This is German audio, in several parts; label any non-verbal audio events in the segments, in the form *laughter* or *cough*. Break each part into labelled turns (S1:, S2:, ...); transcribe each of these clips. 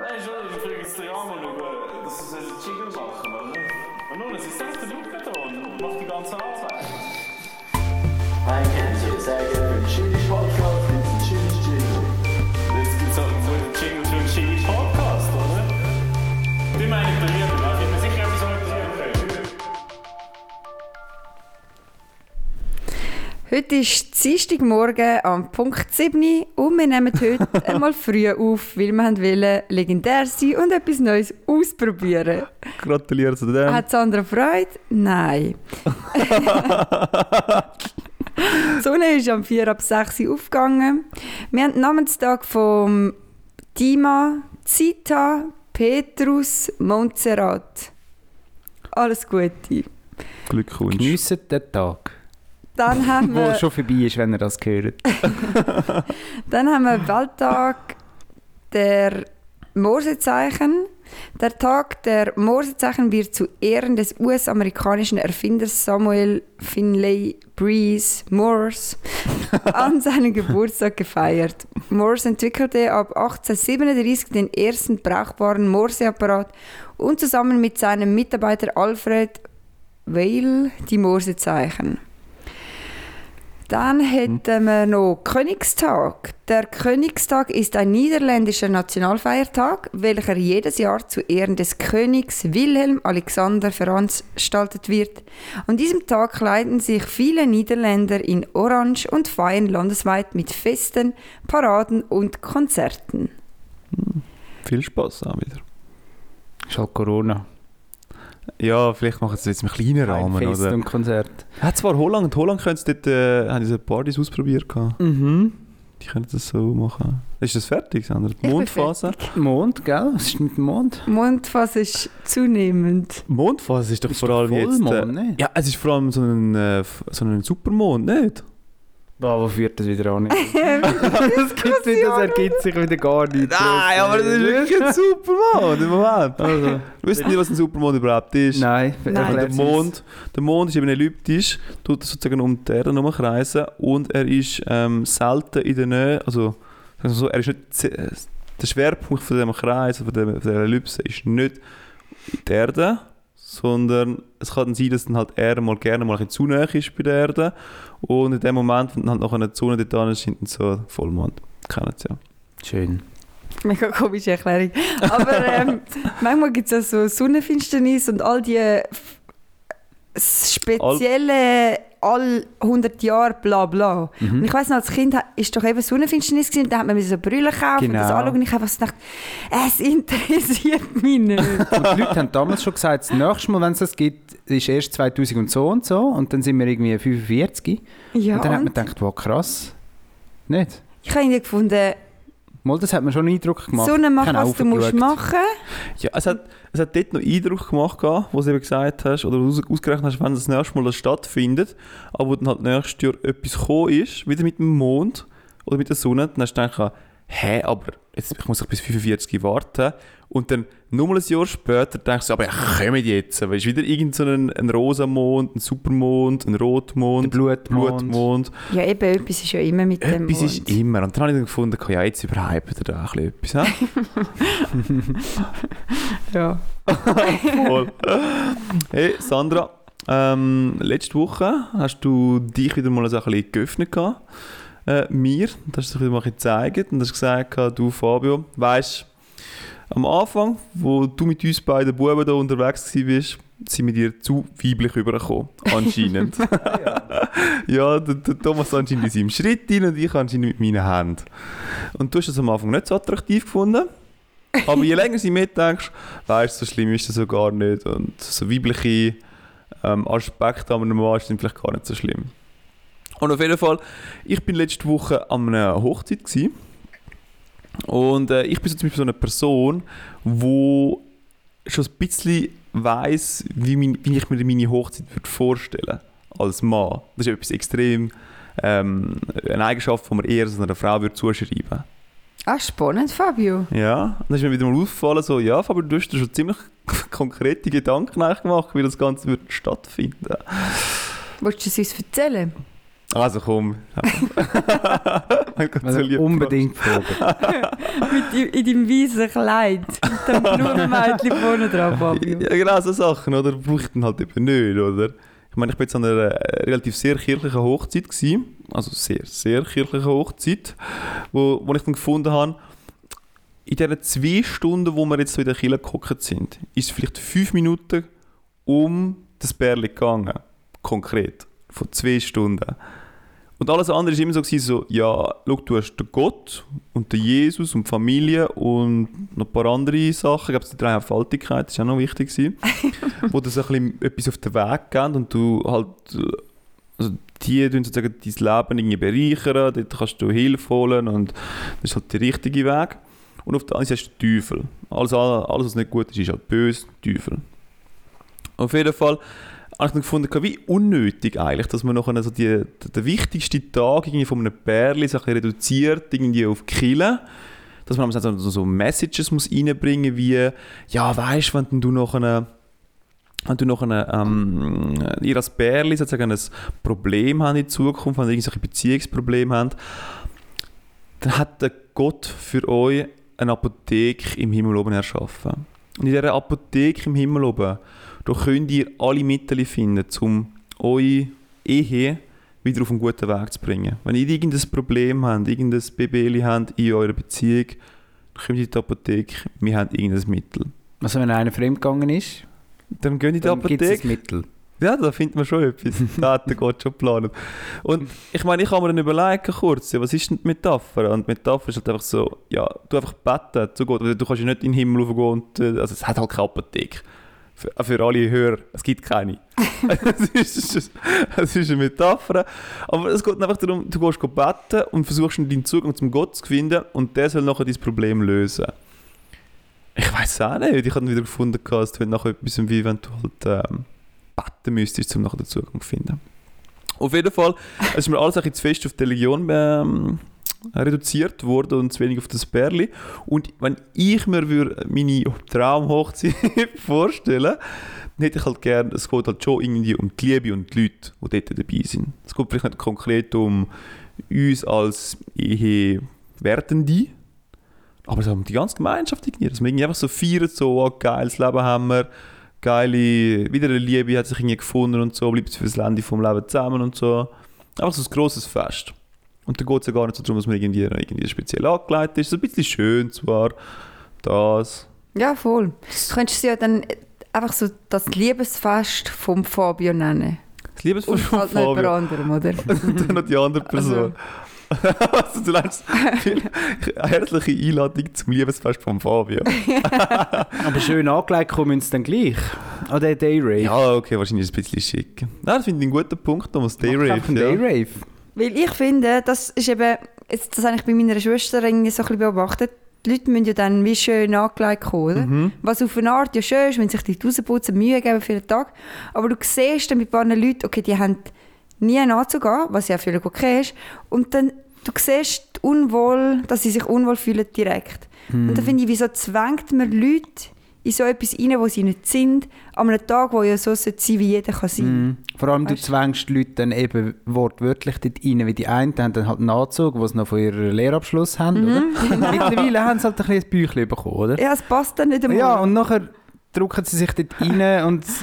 S1: Nein, schon, ich bringe es dir an und schaue, dass es einen Jingle machen oder? Und nun, es ist selbst der Luke da und macht die ganze Arbeit.
S2: Ein Kännchen, sehr gerne für den Chili-Podcast, gibt es einen Chili-Jingle.
S1: Jetzt gibt es halt so einen Jingle für einen Jingle Podcast, oder? Die meine ich bei mir, da bin mir sicher, dass ich etwas okay.
S3: Heute ist Dienstagmorgen am Punkt 7 Uhr und wir nehmen heute einmal früh auf, weil wir haben wollen legendär sein und etwas Neues ausprobieren.
S4: Gratuliere zu dem.
S3: Hat Sandra Freude? Nein. die Sonne ist am 4 ab 6 Uhr aufgegangen. Wir haben den Namenstag von Dima, Zita, Petrus, Montserrat. Alles Gute.
S4: Glückwunsch.
S5: Geniessen den Tag.
S3: Dann haben
S5: Wo
S3: wir...
S5: er schon vorbei ist, wenn ihr das hört.
S3: Dann haben wir Welttag der Morsezeichen. Der Tag der Morsezeichen wird zu Ehren des US-amerikanischen Erfinders Samuel Finlay Breeze Morse an seinem Geburtstag gefeiert. Morse entwickelte ab 1837 den ersten brauchbaren Morseapparat und zusammen mit seinem Mitarbeiter Alfred Weil die Morsezeichen. Dann hätten wir noch Königstag. Der Königstag ist ein niederländischer Nationalfeiertag, welcher jedes Jahr zu Ehren des Königs Wilhelm Alexander veranstaltet wird. An diesem Tag kleiden sich viele Niederländer in Orange und feiern landesweit mit Festen, Paraden und Konzerten.
S4: Viel Spass auch wieder.
S5: Ist halt Corona.
S4: Ja, vielleicht machen sie jetzt einen kleinen Rahmen.
S5: Fest
S4: Oder?
S5: und Konzert.
S4: Ja, zwar Holland. Holland können sie dort, äh, haben diese Partys ausprobiert. gehabt.
S5: Mhm.
S4: Die können das so machen. Ist das fertig, Sandra? Die
S3: bin
S4: Mondphase?
S5: Mond, gell? Was ist mit dem Mond?
S3: Mundfass ist *laughs* zunehmend.
S4: Mondphase ist doch vor allem jetzt...
S5: Vollmond,
S4: Äh,
S5: ne?
S4: ja, es ist vor allem so ein, äh, f- so ein Supermond, nicht?
S5: Boah, wo führt das wieder *laughs* an? das, gibt's wieder, das ergibt sich wieder gar nicht.
S4: wirklich ein Supermond im Moment.
S5: Also,
S4: Wisst ihr, was ein Supermond überhaupt
S5: *laughs*
S4: ist?
S5: nein,
S3: Nein.
S4: Und
S5: erklärt's
S4: Der
S5: uns.
S4: Mond, der Mond ist eben elliptisch, tut sozusagen um die Erde herumkreisen und er ist ähm, selten in der Nähe, also sagen wir so, er ist nicht, ze- äh, der Schwerpunkt von dem Kreis, von, dem, von der Ellipse ist nicht die Erde, sondern es kann sein, dass dann halt die Erde mal gerne mal ein bisschen zu nahe ist bei der Erde und in dem Moment, wenn dann halt noch eine Zone dort dran ist, ist dann so Vollmond. Kennen Sie ja.
S5: Schön.
S3: Mega komische Erklärung. Aber
S5: *laughs*
S3: ähm, manchmal gibt es ja so Sonnenfinsternis und all die f- spezielle all 100 Jahre bla bla.
S5: Mhm.
S3: Und ich weiß noch, als Kind ha- ist doch eben Sonnenfinsternis gewesen, und da hat man mir so Brille kaufen und das
S5: Genau.
S3: anschauen und ich habe einfach so gedacht, es interessiert mich nicht.
S5: *laughs* Und die Leute haben damals schon gesagt, das nächste Mal, wenn es das gibt, ist erst 2000 und so und so. Und dann sind wir irgendwie 45.
S3: ja,
S5: und dann hat man
S3: und
S5: gedacht, wow, krass. Nicht?
S3: ich habe irgendwie gefunden,
S5: Mal, das hat mir schon einen Eindruck gemacht.
S3: Sonne
S5: Ich
S3: machen,
S5: habe
S3: was du musst
S5: raufgeschaut.
S3: machen.
S4: Ja, es hat, es hat dort noch Eindruck gemacht, gehabt, wo du eben gesagt hast, oder aus- ausgerechnet hast, wenn das nächste Mal das stattfindet, aber wo dann halt nächstes Jahr etwas gekommen ist, wieder mit dem Mond oder mit der Sonne, dann hast du gedacht, hä, aber jetzt, ich muss doch bis 45 warten. Und dann nur mal ein Jahr später denkst du, aber ja, kommen jetzt. Aber ist wieder irgend so ein, ein rosa Mond, ein Supermond, ein Rotmond,
S5: Der Blutmond.
S4: Blutmond.
S3: Ja, eben, etwas ist ja immer mit dem
S4: Etwas
S3: Mond.
S4: ist
S5: e-
S4: immer. Und dann habe ich dann gefunden, ja, jetzt überhypen wir da ein bisschen etwas. hä?
S3: ja.
S4: Voll. Hey, Sandra, ähm, letzte Woche hast du dich wieder mal so ein bisschen geöffnet. gehabt, Äh, mir, und hast dich wieder mal ein bisschen gezeigt und hast gesagt, gehabt, du Fabio, weißt am Anfang, wo du mit uns beiden Buben da unterwegs gewesen bist, sind wir dir zu weiblich übergekommen, anscheinend. *laughs* ja, der, der Thomas anscheinend in seinem Schritt rein und ich anscheinend mit meinen Händen. Und du hast es am Anfang nicht so attraktiv gefunden, aber je länger sie mitdenkst, weißt so schlimm ist das so gar nicht. Und so weibliche ähm, Aspekte an einem Mann sind vielleicht gar nicht so schlimm. Und auf jeden Fall, ich bin letzte Woche an einer Hochzeit gsi und äh, ich bin so zum Beispiel so eine Person, wo schon ein bisschen weiß, wie, mein, wie ich mir meine Hochzeit würde vorstellen als Mann. Das ist etwas extrem ähm, eine Eigenschaft, die man eher so einer Frau würde zuschreiben.
S3: Ah, spannend, Fabio.
S4: Ja, dann ist mir wieder mal aufgefallen, so, ja, Faber, du hast dir schon ziemlich *laughs* konkrete Gedanken eigentlich gemacht, wie das Ganze wird stattfinden.
S5: *laughs*
S3: Willst du es uns erzählen?
S4: Also komm. Mein Gott, so lieb.
S5: Also unbedingt fragen.
S3: Mit deinem- in deinem weißen Kleid. Mit dem Blumenmädchen vorne dran, Fabio.
S4: Ja, genau, so Sachen, oder? Brauche ich dann halt eben nicht, oder? Ich meine, ich war jetzt an einer äh, relativ sehr kirchlichen Hochzeit, gewesen, also sehr, sehr kirchlichen Hochzeit, wo, wo ich dann gefunden habe, in diesen zwei Stunden, wo wir jetzt so in der Kirche gehockt sind, ist es vielleicht fünf Minuten um das Bärli gegangen. Konkret. Von zwei Stunden. Und alles andere war immer so, gewesen, so ja, schau, du hast den Gott und den Jesus und die Familie und noch ein paar andere Sachen. Ich glaube, die Dreifaltigkeit ist auch noch wichtig. Gewesen, wo dir so ein bisschen etwas auf den Weg geben und du halt, äh, also die tun sozusagen dein Leben irgendwie bereichern, dort kannst du Hilfe holen und das ist halt der richtige Weg. Und auf der anderen Seite hast du den Teufel. Alles, alles, was nicht gut ist, ist halt böse, Teufel. Auf jeden Fall habe ich dann gefunden, wie unnötig eigentlich, dass man noch so die, den wichtigsten Tag irgendwie von einem Bärli so ein bisschen reduziert irgendwie auf Killen. Dass man also so, so- so Messages muss reinbringen muss, wie, ja, weißt du, wenn denn du noch eine wenn du noch eine, ähm, ihr als Bärli sozusagen ein Problem habt in Zukunft, wenn ihr irgendwelche Beziehungsprobleme habt, dann hat der Gott für euch eine Apotheke im Himmel oben erschaffen. Und in dieser Apotheke im Himmel oben, da könnt ihr alle Mittel finden, um eure Ehe wieder auf einen guten Weg zu bringen. Wenn ihr irgendein Problem habt, irgendein Baby habt in eurer Beziehung, dann kommt ihr in die Apotheke, wir haben irgendein Mittel.
S5: Also wenn einer fremdgegangen ist,
S4: Dann geht in die
S5: dann gibt
S4: Apotheke.
S5: es ein Mittel.
S4: Ja, da findet man schon etwas. Da hat der Gott schon geplant. Und ich meine, ich habe mir dann überlegt, kurz, ja, was ist denn die Metapher? Und die Metapher ist halt einfach so, ja, du einfach beten zu Gott. Also, Du kannst ja nicht in den Himmel raufgehen und, äh, also es hat halt keine Apotheke. Für, äh, für alle Hörer, es gibt keine. es, ist, es, es ist eine Metapher. Aber es geht einfach darum, du gehst beten und versuchst deinen Zugang zum Gott zu finden und der soll nachher dein Problem lösen. Ich weiß auch nicht, ich habe wieder gefunden, gehabt, es tut nachher etwas wie wenn du halt... Ähm, beten müsstest, um nachher den Zugang zu finden. Auf jeden Fall es ist mir alles ein bisschen zu fest auf die Religion ähm, reduziert worden und zu wenig auf das Bärli. Und wenn ich mir würd meine Traumhochzeit *laughs* vorstellen dann hätte ich halt gerne, es geht halt schon irgendwie um die Liebe und die Leute, die dort dabei sind. Es geht vielleicht nicht konkret um uns als Ehewertende, aber so um die ganze Gemeinschaft irgendwie. Dass wir irgendwie einfach so feiern, so oh, geiles Leben haben wir, geile, wieder eine Liebe hat sich irgendwie gefunden und so, bleibt fürs Lände vom Leben zusammen und so. Einfach so ein grosses Fest. Und da geht es ja gar nicht so darum, dass man irgendwie, noch irgendwie speziell angelegt ist. So ein bisschen schön zwar, das.
S3: Ja, voll. Du könntest sie ja dann einfach so das Liebesfest vom Fabio nennen.
S4: Das Liebesfest
S3: Und
S4: von
S3: halt nicht jemand
S4: Fabio.
S3: anderem, oder?
S4: Und dann noch die andere Person. *laughs* Also, du lernst viel- *laughs* herzliche Einladung zum Liebesfest von Fabio.
S5: Aber schön angelegt kommen sie dann gleich. An den Dayrave.
S4: Ja, okay, wahrscheinlich ist es ein bisschen schick. Nein, das finde ich einen guten Punkt, Thomas. Dayrave.
S5: Auf dem
S4: ja.
S5: Dayrave.
S3: Weil ich finde, das ist eben, jetzt, das habe ich bei meiner Schwester irgendwie so ein bisschen beobachtet, die Leute müssen ja dann wie schön angelegt kommen, oder?
S5: Mhm.
S3: Was auf eine Art ja schön ist, wenn sie sich die rausputzen, Mühe geben für den Tag. Aber du siehst dann bei ein paar Leuten, okay, die haben nie einen Anzug an, was ja völlig okay ist. Und dann, du siehst unwohl, dass sie sich unwohl fühlen direkt.
S5: Mhm.
S3: Und dann finde ich, wieso zwängt man Leute in so etwas rein, wo sie nicht sind, an einem Tag, wo ja so sein sollte, wie jeder kann sein
S5: Mhm. Vor allem, du
S3: Weißt du?
S5: zwängst die Leute dann eben wortwörtlich dort rein, wie die einen haben dann halt einen Anzug, den sie noch von ihrem Lehrabschluss haben,
S3: Mhm. *laughs* Genau.
S5: oder? Mittlerweile haben sie halt ein bisschen ein Büchlein bekommen, oder?
S3: Ja, es passt dann nicht einmal.
S5: Ja, und nachher drücken sie sich dort rein und es,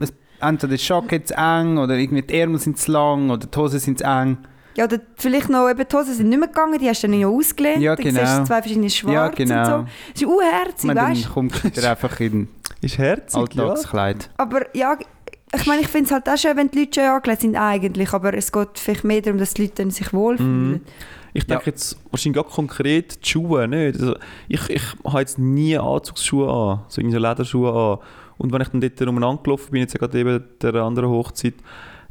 S5: es, entweder das Jackett zu eng oder irgendwie die Ärmel sind zu lang oder die Hosen sind zu eng.
S3: Ja, oder vielleicht noch, eben, die Hosen sind nicht mehr gegangen, die hast du dann ja ausgelehnt.
S5: Ja,
S3: Dann siehst
S5: genau.
S3: du zwei verschiedene Schwarz
S5: Ja,
S3: und
S5: genau.
S3: so. Das ist unherzig,
S5: Man,
S3: weißt
S5: dann
S3: du? *laughs*
S5: kommt er einfach in
S4: Ist herzig, ja.
S5: Alltagskleid.
S3: Aber ja, ich meine, ich finde es halt auch schön, wenn die Leute schön angelegt sind eigentlich, aber es geht vielleicht mehr darum, dass die Leute dann sich wohlfühlen.
S4: Mhm. Ich denke jetzt wahrscheinlich auch konkret die Schuhe nicht. Also ich, ich habe jetzt nie Anzugsschuhe an, so irgendwie so Lederschuhe an. Und wenn ich dann dort umeinander gelaufen bin, jetzt ja gerade eben der anderen Hochzeit,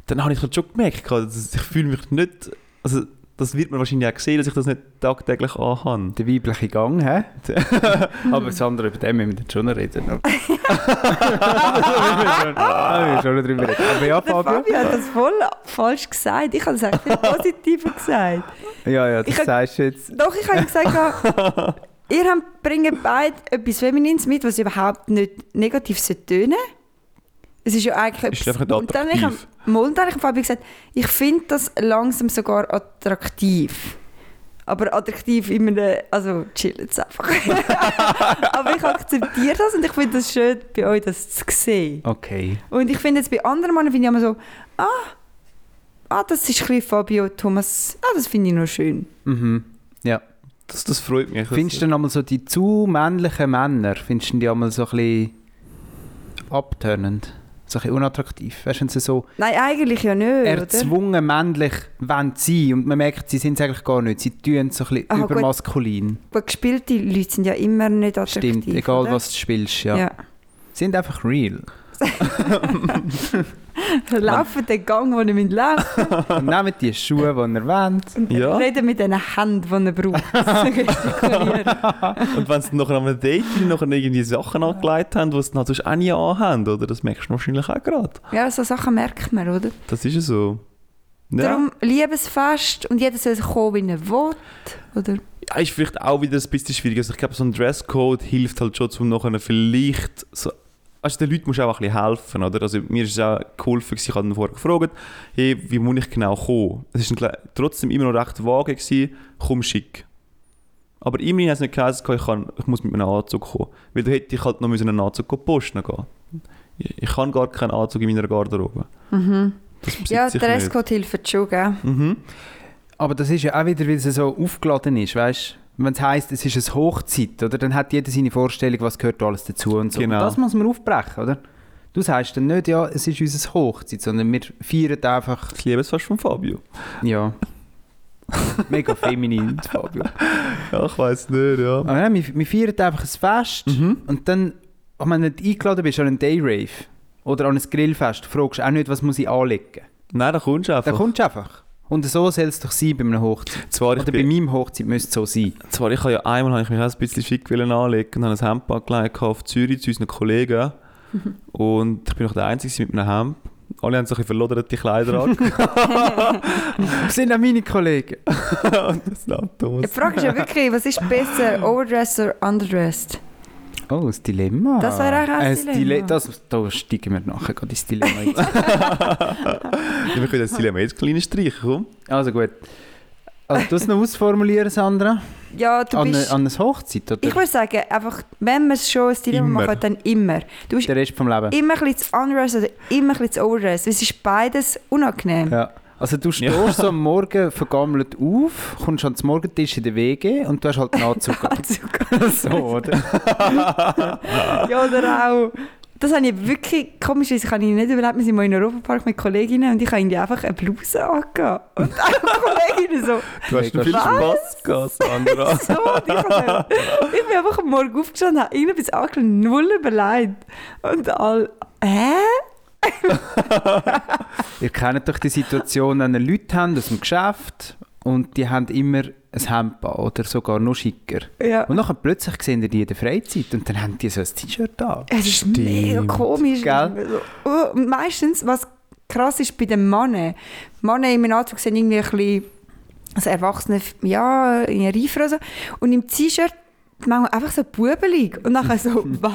S4: dann habe ich halt schon gemerkt, dass ich fühle mich nicht, also das wird man wahrscheinlich auch sehen, dass ich das nicht tagtäglich anhabe.
S5: Der weibliche Gang, hä? *laughs* Aber das andere, über den müssen wir dann schon noch *laughs* reden. Aber- Da müssen wir schon- da müssen wir schon noch drüber reden. Aber ja,
S3: Der *laughs*
S5: Fabio.
S3: Fabio hat das voll falsch gesagt. Ich habe es eigentlich viel positiver gesagt.
S5: Ja, ja, das
S3: Ich-
S5: sagst du jetzt.
S3: Doch, ich habe gesagt,
S4: *laughs*
S3: ihr habt- bringt beide etwas Feminines mit, was überhaupt nicht negativ tönen sollte. Es ist ja eigentlich
S4: Ist einfach nicht
S3: und dann habe ich am-
S4: attraktiv.
S3: Mal, dann habe ich am Fabi gesagt, ich finde das langsam sogar attraktiv. Aber attraktiv in einem, also chillen es einfach. *laughs* Aber ich akzeptiere das und ich finde das schön, bei euch das zu sehen.
S5: Okay.
S3: Und ich finde jetzt bei anderen Männern finde ich immer so, ah, ah, das ist ein bisschen Fabio Thomas, ah, das finde ich noch schön.
S5: Mhm.
S4: Das, das freut mich.
S5: Findest du dann einmal so die zu männlichen Männer, findest du die einmal so ein bisschen abtönend? So ein bisschen unattraktiv? Weißt du, wenn sie so
S3: Nein, eigentlich ja nicht, oder?
S5: erzwungen männlich wollen sein und man merkt, sie sind es eigentlich gar nicht. Sie tun so ein bisschen
S3: Aha, gut.
S5: übermaskulin.
S3: Gut, gespielte Leute sind ja immer nicht attraktiv.
S5: Stimmt, egal
S3: oder?
S5: was du spielst, ja.
S3: ja.
S5: Sind einfach real.
S3: Laufen den Gang, den ihr müsst laufen
S5: Und nehmen die Schuhe, die er wollt.
S3: und
S4: Ja.
S3: reden mit den Händen, die ihr braucht. So *laughs*
S5: *laughs*
S3: gestikulieren.
S4: Und wenn sie nachher an einem Date noch irgendwie Sachen angelegt haben, die sie dann halt sonst auch nie anhaben, oder? Das merkst du wahrscheinlich auch gerade.
S3: ja, so Sachen merkt man, oder?
S4: Das ist ja so. Ja.
S3: Darum Liebesfest und jeder soll kommen, wie er will, oder?
S4: ja, Ah, ist vielleicht auch wieder ein bisschen schwierig. Also ich glaube, so ein Dresscode hilft halt schon, um nachher vielleicht so... Also den Leuten musst du auch ein bisschen helfen, oder? Also mir ist es auch geholfen, gewesen, ich habe dann vorher gefragt, hey, wie muss ich genau kommen? Es war trotzdem immer noch recht vage, gewesen, komm schick. Aber immerhin hat es nicht geheißen, ich, kann, ich muss mit einem Anzug kommen. Weil da hätte ich halt noch müssen einen Anzug posten gehen. Ich ich habe gar keinen Anzug in meiner Garderobe.
S5: Mhm.
S4: Das besitze
S3: Ja,
S4: ich
S3: der Restcode hilft schon, gell?
S4: nicht. Mhm.
S5: Aber das ist ja auch wieder, weil es so aufgeladen ist, weißt du? Wenn es heisst, es ist eine Hochzeit, oder? Dann hat jeder seine Vorstellung, was gehört alles dazu und so.
S4: Genau.
S5: Und das muss man aufbrechen, oder? Du sagst dann nicht, ja, es ist unsere Hochzeit, sondern wir feiern einfach,
S4: Das Liebesfest von Fabio. *laughs*
S5: ja. Mega feminin, Fabio.
S4: Ja, ich weiß nicht, ja.
S5: Aber ja, wir, wir feiern einfach ein Fest
S4: Mhm.
S5: und dann, wenn du nicht eingeladen bist an einen Dayrave oder an ein Grillfest, fragst du auch nicht, was muss ich anlegen.
S4: Nein, da kommst du einfach.
S5: Dann kommst du einfach. Und so soll es doch sein bei einer Hochzeit.
S4: Zwar, ich
S5: Oder
S4: bin-
S5: bei meinem Hochzeit müsste es so sein.
S4: Zwar, ich habe ja einmal habe ich mich auch ein bisschen schick wollen anlegen und habe ein Hemd angelegt auf Zürich zu unseren Kollegen. Und ich bin noch der Einzige mit einem Hemd. Alle haben so ein bisschen verloderte Kleider an.
S5: Das sind auch meine Kollegen.
S4: und das ist auch
S3: Die
S4: Thomas.
S3: Frage ist ja wirklich, was ist besser,
S5: *laughs*
S3: overdressed oder underdressed?
S5: Oh, das Dilemma.
S3: Das wäre auch ein
S5: Dile-
S3: Dilemma.
S5: das, da steigen wir nachher gerade ins Dilemma
S3: *laughs*
S5: ein.
S4: Ja, wir können das Dilemma jetzt kleine streichen, komm.
S5: also gut. Also, du es noch ausformulieren, Sandra?
S3: Ja, du
S5: an,
S3: bist...
S5: eine, an eine Hochzeit, oder?
S3: Ich würde sagen, einfach, wenn wir es schon ein Dilemma
S4: Immer.
S3: machen, dann immer. Du bist
S5: Den Rest vom Leben.
S3: immer ein bisschen zu underdressed oder immer ein bisschen zu overdressed. weil Es ist beides unangenehm. *laughs*
S5: Ja. Also du stehst so am Morgen vergammelt auf, kommst ans Morgentisch in der WG und du hast halt einen
S3: *laughs*
S5: Anzug
S3: Ah,
S5: an. so, oder?
S3: Ja, oder auch. Das habe ich wirklich, komischerweise kann ich nicht überlegt, wir sind mal in Europapark mit Kolleginnen und ich habe irgendwie einfach eine Bluse angegeben. Und alle Kolleginnen so,
S4: Du hast
S5: Mega
S4: noch viel
S5: schön.
S4: Spass gehabt,
S3: *laughs*
S4: Sandra.
S3: so. Und ich, habe, ich bin einfach am Morgen aufgestanden, habe irgendetwas angelegt, null überlegt. Und alle, hä?
S5: Ihr kennt doch die Situation, wenn ihr Leute habt aus dem Geschäft und die haben immer ein Hemd an oder sogar noch schicker.
S3: Ja.
S5: Und dann plötzlich sehen ihr die in der Freizeit und dann haben die so ein T-Shirt an.
S3: Es ist mega komisch.
S5: Gell?
S3: So, oh, und meistens, was krass ist bei den Männern, Männer in meinem Anzug sind irgendwie ein bisschen also Erwachsene, ja, in reifer oder so. Und im T-Shirt manchmal einfach so bubelig. Und nachher
S5: *laughs*
S3: so, was?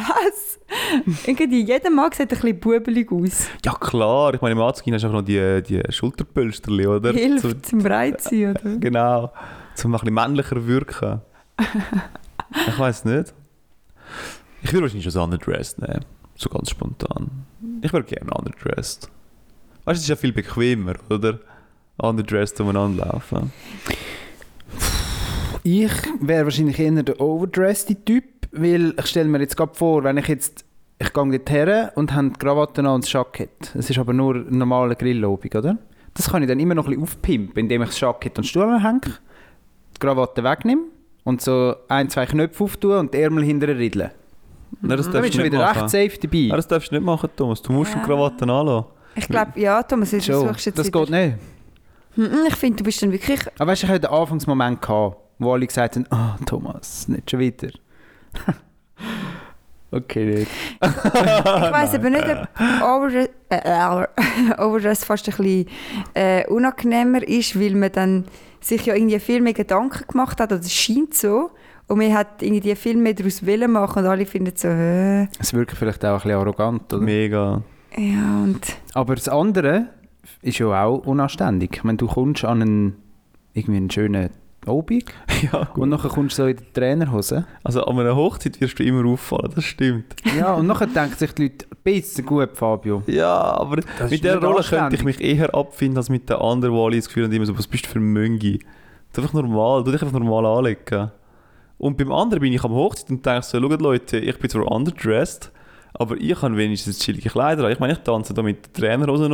S3: Irgendwie jeder Mann sieht ein bisschen bubelig aus.
S4: Ja klar, ich meine, im Anzug hast du auch noch die, die Schulterpölsterli, oder? So,
S3: Hilft zum Breitsein, oder?
S4: genau. Zum ein bisschen männlicher *laughs* wirken. ich weiß nicht. Ich würde wahrscheinlich schon underdressed nehmen. So ganz spontan. Ich wäre gerne underdressed. Weißt du, es ist ja viel bequemer, oder? Underdressed umeinander laufen.
S5: Ich wäre wahrscheinlich eher der overdressed Typ, weil ich stelle mir jetzt gerade vor, wenn ich jetzt, ich gehe dort her und habe die Krawatte an und das Jackett. Es ist aber nur eine normale Grillobung, oder? Das kann ich dann immer noch ein bisschen aufpimpen, indem ich das Jackett an den Stuhl hänge, die Krawatte wegnehme und so ein, zwei Knöpfe auftue und die Ärmel hinterher ridle.
S4: Nein, das
S5: Dann bist
S4: darfst
S5: du
S4: Mhm. du nicht
S5: wieder recht
S4: machen.
S5: safe
S4: Nein,
S5: dabei.
S4: das darfst du nicht machen, Thomas. Du musst
S3: Ja.
S4: eine Krawatte anlassen.
S3: Ich glaube, ja, Thomas, du
S5: Schon,
S3: suchst jetzt
S5: das geht nicht.
S3: nicht. Hm, Ich finde, du bist dann wirklich...
S5: Aber weißt du, ich hatte den Anfangsmoment, gehabt, wo alle gesagt haben, ah, Thomas, nicht schon wieder. *laughs* okay, nicht.
S3: Ich weiß aber nicht, ob Overdress, äh, äh, *laughs* Overdress fast ein bisschen äh, unangenehmer ist, weil man dann sich ja irgendwie viel mehr Gedanken gemacht hat, oder es scheint so. Und man hat irgendwie viel mehr daraus Willen machen und alle finden so, äh,
S5: Es wirkt vielleicht auch ein bisschen arrogant, oder?
S4: Mega. *laughs*
S3: ja und...
S5: Aber das andere ist ja auch unanständig. Wenn du kommst an einen, irgendwie einen schönen Obig.
S4: Ja, gut.
S5: Und nachher kommst du so in die Trainerhose.
S4: Also an einer Hochzeit wirst du immer auffallen, das stimmt.
S5: Ja, *laughs* und nachher denken sich die Leute, bisschen gut, Fabio.
S4: Ja, aber
S5: ist
S4: mit dieser
S5: nicht
S4: Rolle könnte ich
S5: anständig.
S4: mich eher abfinden als mit den anderen, die alle das Gefühl haben, immer so, was bist du für ein Möngi? Das ist einfach normal, du dich einfach normal anlegen. Und beim anderen bin ich am Hochzeit und denke so, schaut Leute, ich bin zwar underdressed, aber ich habe wenigstens chillige Kleider an. Ich meine, ich tanze da mit Trainerhosen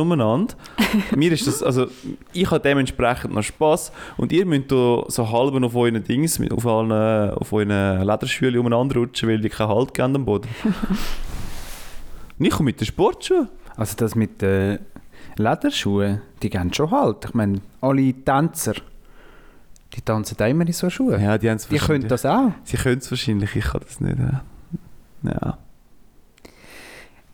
S5: *laughs*
S4: umeinander. Mir ist das, also ich habe dementsprechend noch Spass und ihr müsst da so halb auf euren Dings, mit- auf euren, auf euren Lederschülen umeinander rutschen, weil ihr keinen Halt gebt
S5: *laughs*
S4: am Boden. Und ich komme mit den Sportschuhen.
S5: Also das mit den Lederschuhen, die gehen schon halt. Ich meine, alle Tänzer, die tanzen da immer in so Schuhen.
S4: Ja, die, haben's
S5: Die
S4: wahrscheinlich-
S5: können das auch.
S4: Sie können es wahrscheinlich, ich kann das nicht. äh. Ja.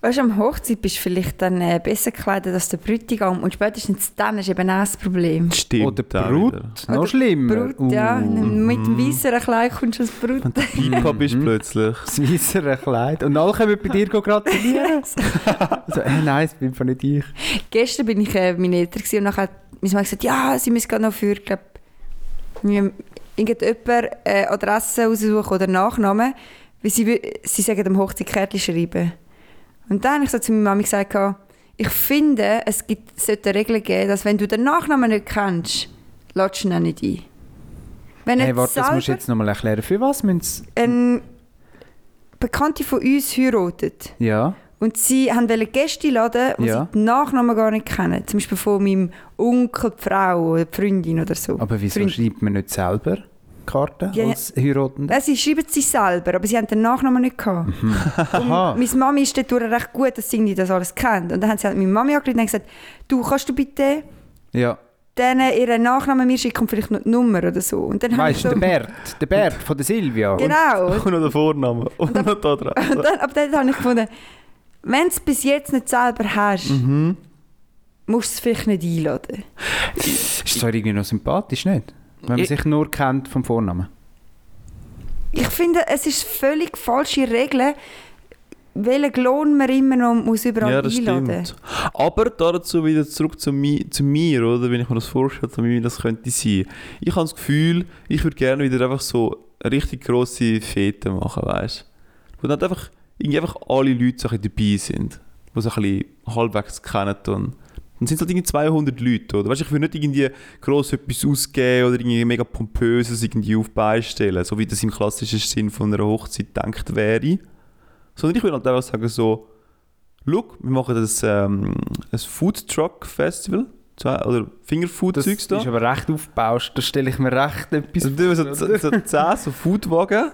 S3: Weißt du, am Hochzeit bist du vielleicht dann äh, besser gekleidet als der Bräutigam und spätestens dann ist eben auch das Problem.
S4: Stimmt.
S5: Oder
S4: auch
S5: Brut,
S4: wieder.
S5: noch
S3: Oder
S5: schlimmer. Uh.
S3: Brut, ja.
S5: *laughs*
S3: Mit dem
S4: Mhm.
S3: weißeren Kleid kommst du als Brut.
S4: Wenn du Pipa bist
S5: Mhm.
S4: plötzlich.
S5: Das weissere Kleid. Und alle kommen bei dir gratulieren.
S3: *laughs*
S5: so, äh, nein, das bin von nicht ich.
S3: Gestern bin ich äh, bei meinen Eltern gewesen und nachher hat meine Mann gesagt, ja, sie müssen gerade noch für, glaub, mir- irgendjemand äh, Adresse raussuchen oder Nachnamen, weil sie, wü- sie sagen, am Hochzeit Kärtchen schreiben. Und dann habe ich so zu meiner Mami gesagt, «Ah, ich finde, es gibt, sollte eine Regel geben, dass wenn du den Nachnamen nicht kennst, lädst du ihn auch nicht ein. Wenn
S5: Hey,
S3: nicht
S5: warte, das
S3: selber
S5: musst du jetzt nochmal erklären. Für was müssen sie-
S3: ein Bekannte von uns heiratet,
S5: Ja.
S3: und sie haben wollen Gäste laden, die
S5: Ja.
S3: sie den Nachnamen gar nicht kennen. Zum Beispiel von meinem Onkel, die Frau oder die Freundin oder so.
S5: Aber wieso
S3: Freund-
S5: schreibt man nicht selber Karten
S3: Ja, ja.
S5: als Heiratender?
S3: Nein, sie schreiben sie selber, aber sie haben den Nachnamen nicht gehabt.
S5: Mhm. Aha.
S3: Meine Mami ist dort recht gut, dass sie irgendwie das alles kennt. Und dann haben sie halt meine Mami angerufen und gesagt, du, kannst du bitte *laughs*
S5: Ja.
S3: denen ihren Nachnamen mir schicken und vielleicht noch die Nummer oder so. Und dann habe ich
S5: Weißt du,
S3: so...
S5: der Bert, der Bert von der
S3: *laughs*
S5: Silvia.
S3: Genau.
S4: Und noch der Vorname. Und noch da dran.
S3: Und dann, ab dann habe ich gefunden, wenn du es bis jetzt nicht selber hast,
S5: Mhm.
S3: musst du es vielleicht nicht einladen.
S5: Ist zwar irgendwie noch sympathisch, nicht? Wenn man
S4: Ich-
S5: sich nur kennt vom Vornamen.
S3: Ich finde, es ist völlig falsche Regel, welchen Lohn man immer noch muss überall
S4: Ja, das
S3: einladen
S4: stimmt. Aber dazu wieder zurück zu, mi zu mir, oder? Wenn ich mir das vorstelle, wie das könnte sein. Ich habe das Gefühl, ich würde gerne wieder einfach so richtig grosse Fete machen, weißt du? Wo dann einfach, irgendwie einfach alle Leute so ein bisschen dabei sind, die so ein bisschen halbwegs kennen. tun. Dann sind es halt irgendwie 200 Leute, oder? Weißt du, ich würde nicht irgendwie gross etwas ausgeben oder irgendwie mega pompöses irgendwie auf die Beine stellen, so wie das im klassischen Sinn von einer Hochzeit gedacht wäre. Sondern ich würde halt einfach sagen so, Look, wir machen das ähm, ein Food Truck Festival, zwei, oder
S5: Das
S4: Fingerfood-Zeugs
S5: ist
S4: da.
S5: aber recht aufgebaust, da stelle ich mir recht etwas
S4: Also tun wir so, so, so 10 so Foodwagen.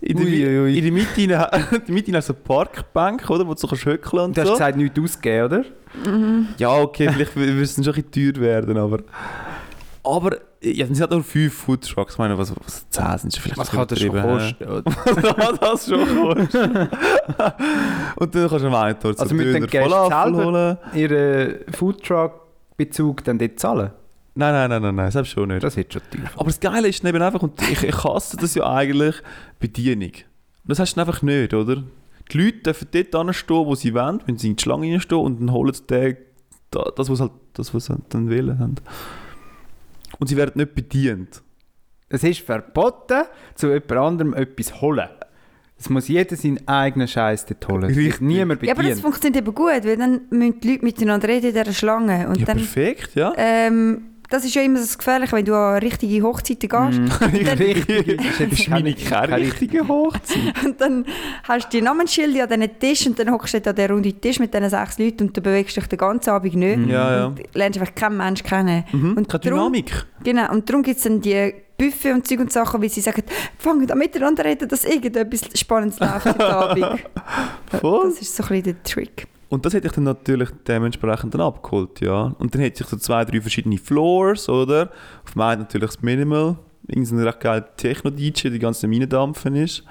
S4: In der, Mi-
S5: Uiuiui.
S4: in der Mitte, *laughs* in der Mitte hast du so Parkbank, oder, wo du so kannst höckeln und
S5: Du hast
S4: so.
S5: gesagt, nichts ausgeben, oder?
S4: Ja, okay, vielleicht würde es dann schon ein bisschen teuer werden, aber... Aber, ja, dann sind halt nur 5 Foodtrucks. Ich meine, was, was 10 sind schon vielleicht
S5: Was
S4: ein
S5: kann das
S4: bisschen
S5: schon
S4: übertrieben,
S5: kosten? oder?
S4: *laughs* hä? Was kann das schon kosten? und dann kannst du am einen Tag so
S5: Also mit den
S4: Döner
S5: Gästen
S4: Falafel
S5: selber?
S4: holen.
S5: Ihren äh, Foodtruck-Bezug dann dort zahlen?
S4: Nein, nein, nein, nein, nein, selbst schon nicht.
S5: Das wird schon teuer.
S4: Aber das Geile ist eben einfach, und ich, ich hasse das ja eigentlich, Bedienung. Und das hast du einfach nicht, oder? Die Leute dürfen dort stehen, wo sie wollen, wenn sie in die Schlange reinstehen und dann holen sie den, da- das, was halt, das, was sie dann wählen haben. Und sie werden nicht bedient.
S5: Es ist verboten, zu jemand anderem etwas holen. Es muss jeder seinen eigenen Scheiß dort holen. Es wird
S4: Richtig.
S5: Niemand
S3: Ja, aber das
S5: bedient.
S3: funktioniert eben gut, weil dann müssen die Leute miteinander reden in dieser Schlange. Und
S4: ja,
S3: dann,
S4: perfekt, ja.
S3: ähm, das ist ja immer das Gefährliche, wenn du an richtige Hochzeiten gehst
S4: Mhm.
S5: *laughs* Richtig. Das ist
S4: Das ist
S5: jetzt
S4: meine
S5: keine-
S4: keine
S5: keine-
S4: richtige Hochzeit.
S3: *laughs* und dann hast du die Namensschilder an diesen Tisch und dann hockst du dort an diesen runden Tisch mit diesen sechs Leuten und du bewegst dich den ganzen Abend nicht.
S4: Mhm. Ja, ja.
S3: Und lernst einfach keinen Menschen kennen.
S4: Mhm.
S3: Und
S4: Keine
S3: darum-
S4: Dynamik.
S3: Genau, und darum gibt es dann die Buffet und Zeug und Sachen, wie sie sagen, fangen an miteinander reden, dass irgendetwas Spannendes läuft
S5: *laughs*
S3: heute Abend.
S4: Voll.
S3: Das ist so ein bisschen der Trick.
S4: Und das hätte ich dann natürlich dementsprechend dann abgeholt, ja. Und dann hätte ich so zwei, drei verschiedene Floors, oder? Auf dem einen natürlich das Minimal, irgendein recht geiler Techno-DJ, die ganze Minendampfen ist.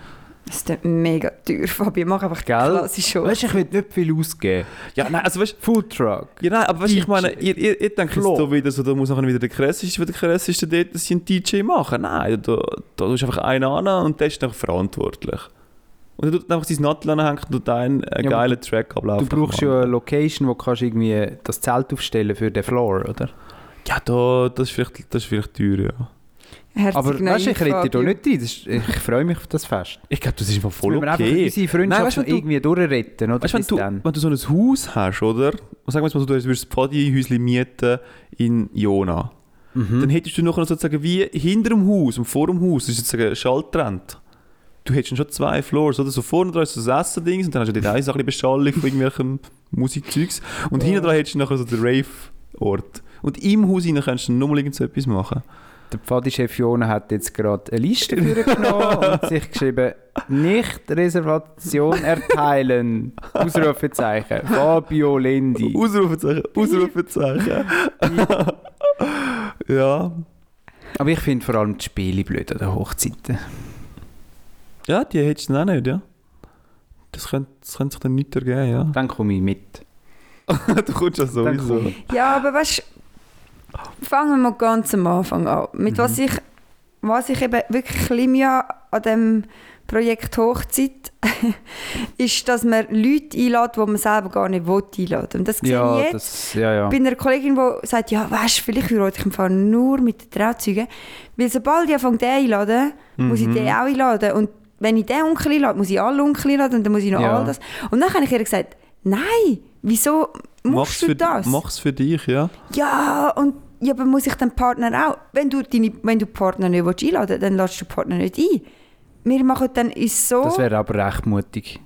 S3: Das ist dann mega teuer, Fabi. Mach einfach
S5: Gell?
S3: klassisch schon.
S5: Weißt du, ich will nicht viel ausgeben.
S4: Ja, nein, also weißt
S5: Foodtruck.
S4: ja, nein, aber weißt, ich
S5: DJ.
S4: meine, ihr, ihr, ihr denkt jetzt
S5: Floor.
S4: so wieder so, da muss nachher wieder der Krasseste, wieder der Krasseste dort, dass sie einen DJ machen. Nein, da, da tust du einfach einen an und der ist dann verantwortlich. Und dann tut einfach sein Nattel anhängen und tut einen äh,
S5: Ja, aber
S4: geilen Track ablaufen.
S5: Du brauchst ja eine Location, wo du kannst irgendwie das Zelt aufstellen für den Floor, oder?
S4: Ja, da, das, ist vielleicht, das ist vielleicht teuer, ja.
S3: Herzig
S5: Aber
S3: naiv,
S5: weißt du, ich rede da
S3: Fabio.
S5: nicht rein. Das ist, ich freue mich auf das Fest.
S4: Ich glaube, das ist einfach voll
S5: Müssen wir einfach
S4: okay.
S5: unsere Freundschaft
S4: Nein, weißt du,
S5: noch
S4: wenn du-
S5: irgendwie durchretten, oder?
S4: Weißt du, wenn
S5: Bis
S4: du,
S5: dann.
S4: wenn du so ein Haus hast, oder? Und Sagen wir jetzt mal, so, du würdest ein Pfadi-Häuschen mieten in Jona.
S5: Mhm.
S4: Dann hättest du noch sozusagen wie hinter dem Haus und vor dem Haus, das ist sozusagen Schalltrend. Du hättest dann schon zwei Floors, oder? So vorne dran ist so das Essen-Dings und dann hast du dort eins ein bisschen Beschallung von irgendwelchem *laughs* Musikzeugs. Und hinten dran hättest du nachher so den Rave-Ort. Und im Haus hinein kannst du dann nochmal irgendetwas machen.
S5: Der Pfadichef Jona hat jetzt gerade eine Liste
S4: *laughs*
S5: vorgenommen und sich geschrieben, nicht Reservation erteilen.
S4: *laughs*
S5: Ausrufezeichen. Fabio Lendi.
S4: Ausrufezeichen,
S5: *laughs*
S4: Ausrufezeichen. ja.
S5: Aber ich finde vor allem die Spiele blöd an den Hochzeiten.
S4: Ja, die hättest du dann auch nicht, ja. Das könnte, das könnte sich dann nicht ergeben, ja.
S5: Dann komme ich mit.
S4: *laughs* du kommst ja sowieso.
S5: Dann
S3: Ja, aber weißt fangen wir mal ganz am Anfang an. Mit was
S5: Mhm.
S3: ich, was ich eben wirklich Limia an dem Projekt Hochzeit *laughs* ist, dass man Leute einlädt, die man selber gar nicht will einladen. Und das sehe ich
S5: Ja,
S3: jetzt
S5: das, ja, ja.
S3: bei einer Kollegin, die sagt, ja, weißt du, vielleicht heirate ich im Fall nur mit den Trauzeugen. Weil sobald ich anfange, den einladen, muss ich den auch einladen. Und wenn ich den Onkel einlade, muss ich alle Onkel einladen und dann muss ich noch
S5: Ja.
S3: all das. Und dann habe ich ihr gesagt, nein, wieso machst du
S4: für,
S3: das?
S4: Mach's für dich, ja.
S3: Ja, und ja, aber muss ich den Partner auch? Wenn du, deine, wenn du die Partner nicht willst einladen willst, dann lädst du den Partner nicht ein. Wir machen dann uns so.
S5: Das wäre aber recht mutig.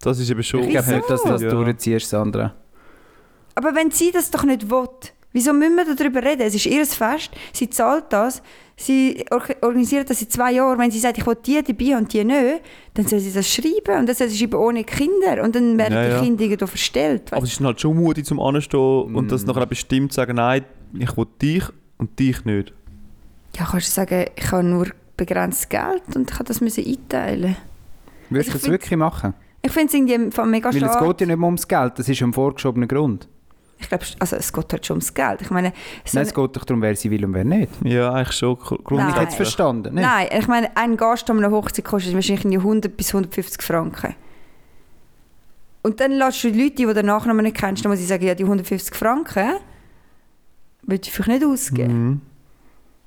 S4: Das ist eben schon...
S5: Ich glaube
S3: Wieso?
S5: nicht, dass du das
S4: ja.
S5: durchziehst, Sandra.
S3: aber wenn sie das doch nicht will, wieso müssen wir darüber reden? Es ist ihr Fest, sie zahlt das, sie or organisiert das in zwei Jahren. Wenn sie sagt, ich will die dabei und die nicht, dann soll sie das schreiben. Und dann soll sie schreiben ohne Kinder. Und dann werden
S4: Ja,
S3: die
S4: ja.
S3: Kinder irgendwo verstellt.
S4: Aber es ist dann halt schon mutig zum Anstehen und das nachher auch bestimmt sagen, nein, ich will dich und dich nicht.
S3: ja, kannst du sagen, ich habe nur begrenztes Geld und ich habe das müssen einteilen.
S5: Würdest
S3: Also ich
S5: du das
S3: find-
S5: wirklich machen?
S3: Ich finde es irgendwie von mega
S5: Weil es
S3: schade.
S5: geht ja nicht mehr ums Geld, das ist ein vorgeschobener Grund.
S3: Ich glaube, also es geht halt schon ums Geld. Ich meine, so
S5: Nein, es geht doch darum, wer sie will und wer nicht.
S4: Ja, eigentlich schon gr-
S5: Habe ich
S3: Nein.
S5: jetzt
S4: grundsätzlich.
S5: verstanden? Nicht?
S3: Nein, ich meine, ein Gast an einer Hochzeit kostet wahrscheinlich irgendwie 100 bis 150 Franken. Und dann lässt du die Leute, die du den Nachnamen nicht kennst, dann muss ich sagen, ja, die 150 Franken würde ich vielleicht nicht ausgeben.
S4: Mhm.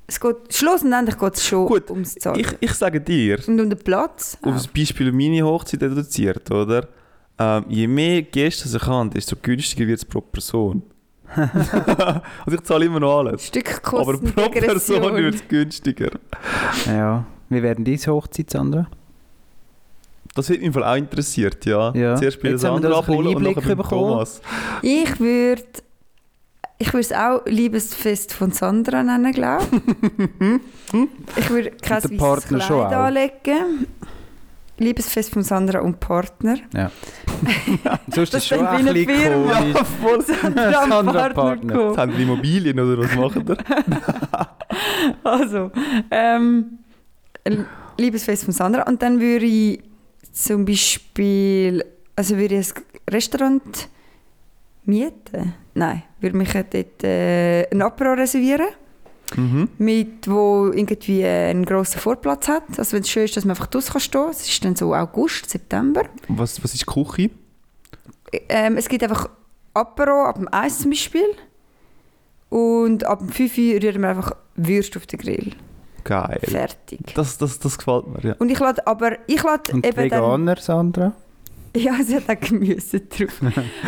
S3: Es geht, schlussendlich geht es schon
S4: Gut,
S3: ums Zahlen.
S4: Ich, ich sage dir,
S3: und um den Platz.
S4: auf
S3: auch.
S4: das Beispiel meine Hochzeit reduziert, oder? Ähm, je mehr Gäste ich habe, desto günstiger wird es
S3: *laughs*
S4: pro Person. *laughs* also ich zahle immer noch alles.
S3: Stück
S4: Aber pro Person wird es günstiger.
S5: Ja. Wie werden diese Hochzeit, Sandra?
S4: Das wird mich im Fall auch interessiert, ja.
S5: Ja.
S4: Zuerst bei
S5: Jetzt
S4: der
S5: haben wir da
S4: Sandra
S5: so einen
S4: abholen und
S5: Einblick
S4: nachher beim
S5: bekommen.
S4: Thomas.
S3: Ich würde ich würde es auch Liebesfest von Sandra nennen, glaube
S5: *laughs*
S3: ich. ich würde kein
S5: Und der
S3: weißes
S5: Partner
S3: Kleid
S5: schon auch.
S3: anlegen. Liebesfest von Sandra und Partner.
S5: *laughs*
S3: Das
S5: Sonst ist es schon
S3: dann
S5: ein
S3: wie eine
S5: bisschen
S3: Firma. *laughs*
S5: komisch.
S3: Sandra, und
S5: Sandra
S3: Partner.
S5: Partner.
S3: Co.
S4: Jetzt haben wir Immobilien oder was machen wir?
S3: Also, ähm, L- Liebesfest von Sandra. Und dann würde ich zum Beispiel, also würde ich ein Restaurant mieten? Nein, würde mich dort äh, ein Apero reservieren.
S4: *laughs* mhm.
S3: mit wo irgendwie einen grossen Vorplatz hat. Also wenn es schön ist, dass man einfach draussen kann stehen kann. Es ist dann so August, September.
S4: was, was ist die Küche?
S3: Ähm, es gibt einfach Apero ab dem 1 zum Beispiel. Und ab dem 5 Uhr rühren wir einfach Würste auf den Grill.
S4: Geil.
S3: Fertig.
S4: Das, das, das gefällt mir, ja.
S3: Und ich lade aber, ich lade
S5: Und die
S3: eben dann...
S5: Veganer, Sandra?
S3: *laughs* Ja, sie hat auch Gemüse drauf.